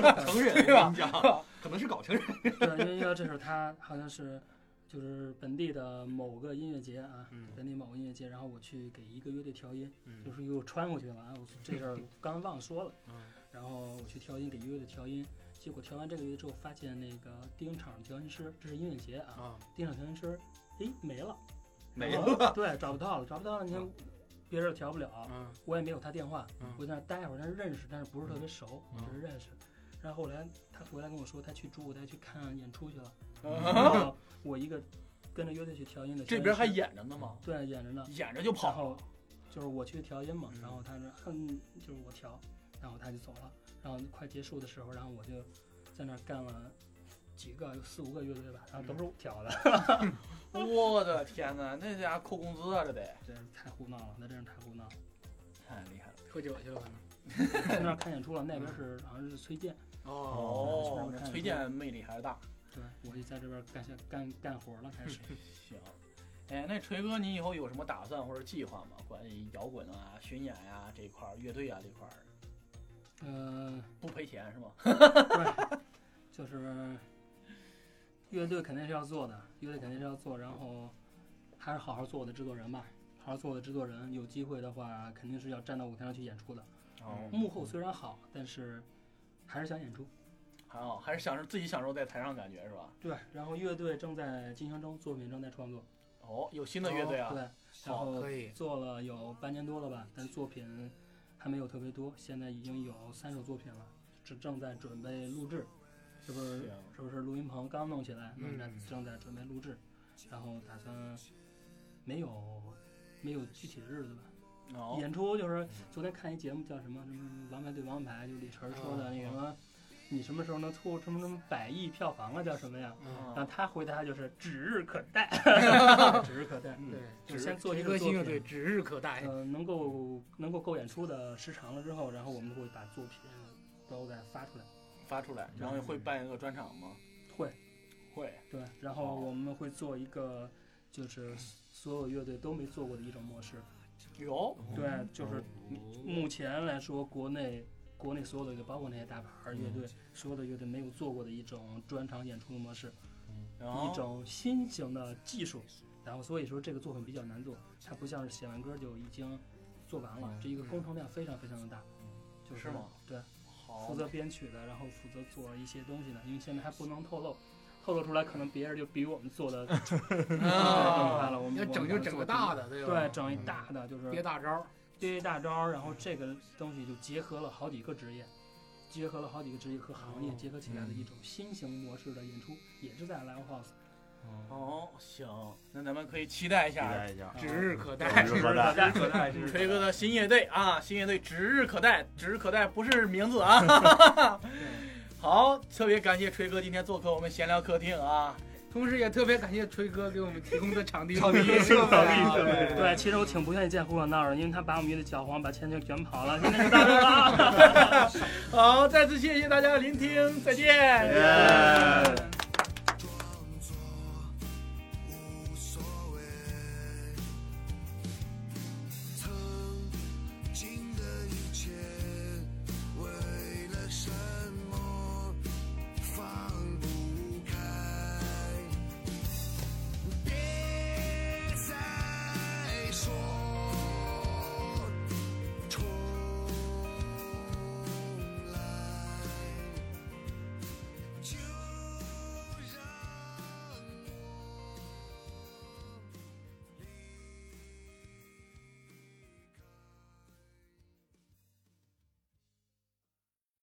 S1: 种
S4: 成人，
S1: 对吧
S4: 我跟你讲， 可能是搞成 人。
S5: 对，因为这是他好像是就是本地的某个音乐节啊，
S2: 嗯
S5: 本地某个音乐节，然后我去给一个乐队调音，就
S2: 嗯
S5: 是又穿过去了啊，我这事 儿刚忘说了。
S2: 嗯
S5: 然后我去调音，给乐队调音，结果调完这个乐队之后，发现那个丁场调音师，这是音乐节啊，
S2: 啊，
S5: 丁场调音师，诶，没了，
S4: 没
S5: 然
S4: 了
S5: 后，对，找不到了，找不到了，你看
S2: 嗯。
S5: 别人调不了，
S2: 嗯
S5: 我也没有他电话，
S2: 嗯
S5: 我在那儿待会儿，但是认识，但是不是特别熟，
S2: 嗯
S5: 只是认识。然后后来他回来跟我说，他去主舞台去看演出去了。
S2: 嗯
S5: 然
S1: 啊
S5: 后我一个跟着乐队去调音的，
S1: 这边还演着呢吗？
S5: 对演着呢，
S1: 演着就
S5: 然
S1: 跑，
S5: 后就是我去调音嘛
S2: 嗯，
S5: 然后他说嗯，就是我调，然后他就走了，然后快结束的时候，然后我就在那儿干了几个有四五个乐队吧，然后都是我调的，
S1: 我的天哪，那家扣工资啊，这得
S5: 真是太胡闹了，那真是太胡闹了。
S1: 太厉害了。
S2: 喝酒去了可能。
S5: 在那儿看演出了，那边是好像是崔健，
S1: 哦，
S5: 嗯
S1: 那崔健魅力还是大。
S5: 对我就在这边干些干干活了开始。
S1: 行，哎，那锤哥，你以后有什么打算或者计划吗？关于摇滚啊、巡演呀、这一块儿，乐队啊这块儿，
S5: 嗯，
S1: 不赔钱是吗？
S5: 对，就是乐队肯定是要做的，乐队肯定是要做，然后还是好好做我的制作人吧，好好做我的制作人。有机会的话，肯定是要站到舞台上去演出的。
S1: 哦，
S5: 幕后虽然好，但是还是想演出。
S1: 还好，还是享受自己享受在台上感觉是吧？
S5: 对，然后乐队正在进行中，作品正在创作。
S1: 哦，有新的乐队啊，
S5: 对，然后
S2: 可以
S5: 做了有半年多了吧，但是作品还没有特别多，现在已经有三首作品了，正正在准备录制，这不是
S1: 行
S5: 这不是录音棚刚弄起来，
S2: 嗯
S5: 正在正在准备录制，然后打算没有没有具体的日子吧。
S1: 哦，
S5: 演出就是昨天看一节目叫什么什么《王牌对王牌》，就李晨说的那个什么，你什么时候能突什么什么百亿票房啊了，叫什么呀？
S2: 嗯，
S5: 然后他回答就是指日可待，指日可待。
S2: 对，
S5: 就先做一
S2: 锤
S5: 个
S2: 哥
S5: 作
S2: 新
S5: 品
S2: 乐，队指日可待。
S5: 呃，能够能够够演出的时长了之后，然后我们会把作品
S2: 嗯
S5: 都给发出来。
S1: 发出来，然后会办一个专场吗？
S5: 会，
S1: 会，
S5: 对，然后我们会做一个，就是所有乐队都没做过的一种模式。
S1: 有，
S5: 对，就是目前来说，国内国内所有的乐队，包括那些大牌儿乐队，所有的乐队没有做过的一种专场演出的模式，
S1: 然后
S5: 一种新型的技术。然后所以说这个作品比较难做，它不像是写完歌就已经做完了，这一个工程量非常非常的大。就是
S1: 是吗？哦
S5: 对，
S1: 好
S5: 负，责编曲的，然后负责做一些东西的，因为现在还不能透露，透露出来可能别人就比我们做的更快
S1: 啊
S5: 了。我们
S2: 要整就整个大，的，嗯对
S5: 我
S2: 吧？
S5: 们做得更对，整一大的就是
S2: 憋大招。
S5: 这一大招儿，然后这个东西就结合了好几个职业，结合了好几个职业和行业
S1: 哦
S5: 结合起来的一种新型模式的演出，也是在 Live House。
S1: 哦，行，那咱们可以期待一
S6: 期
S1: 下
S6: 待一
S5: 啊
S6: 下。
S2: 指日可待，
S6: 指日可待
S5: 待，可
S4: 待
S5: 是
S1: 锤哥的新乐队啊，新乐队指日可待，指日可待不是名字啊。 好，特别感谢锤哥今天做客我们闲聊客厅啊，
S2: 同时也特别感谢锤哥给我们提供的场地。场
S4: 地
S1: 对
S5: 对，其实我挺不愿意见胡可闹的，因为他把我们乐队搅黄，把千秋卷跑了，现在就到这儿了。
S1: 好，再次谢谢大家的聆听，再见。
S2: 呃
S6: Yeah.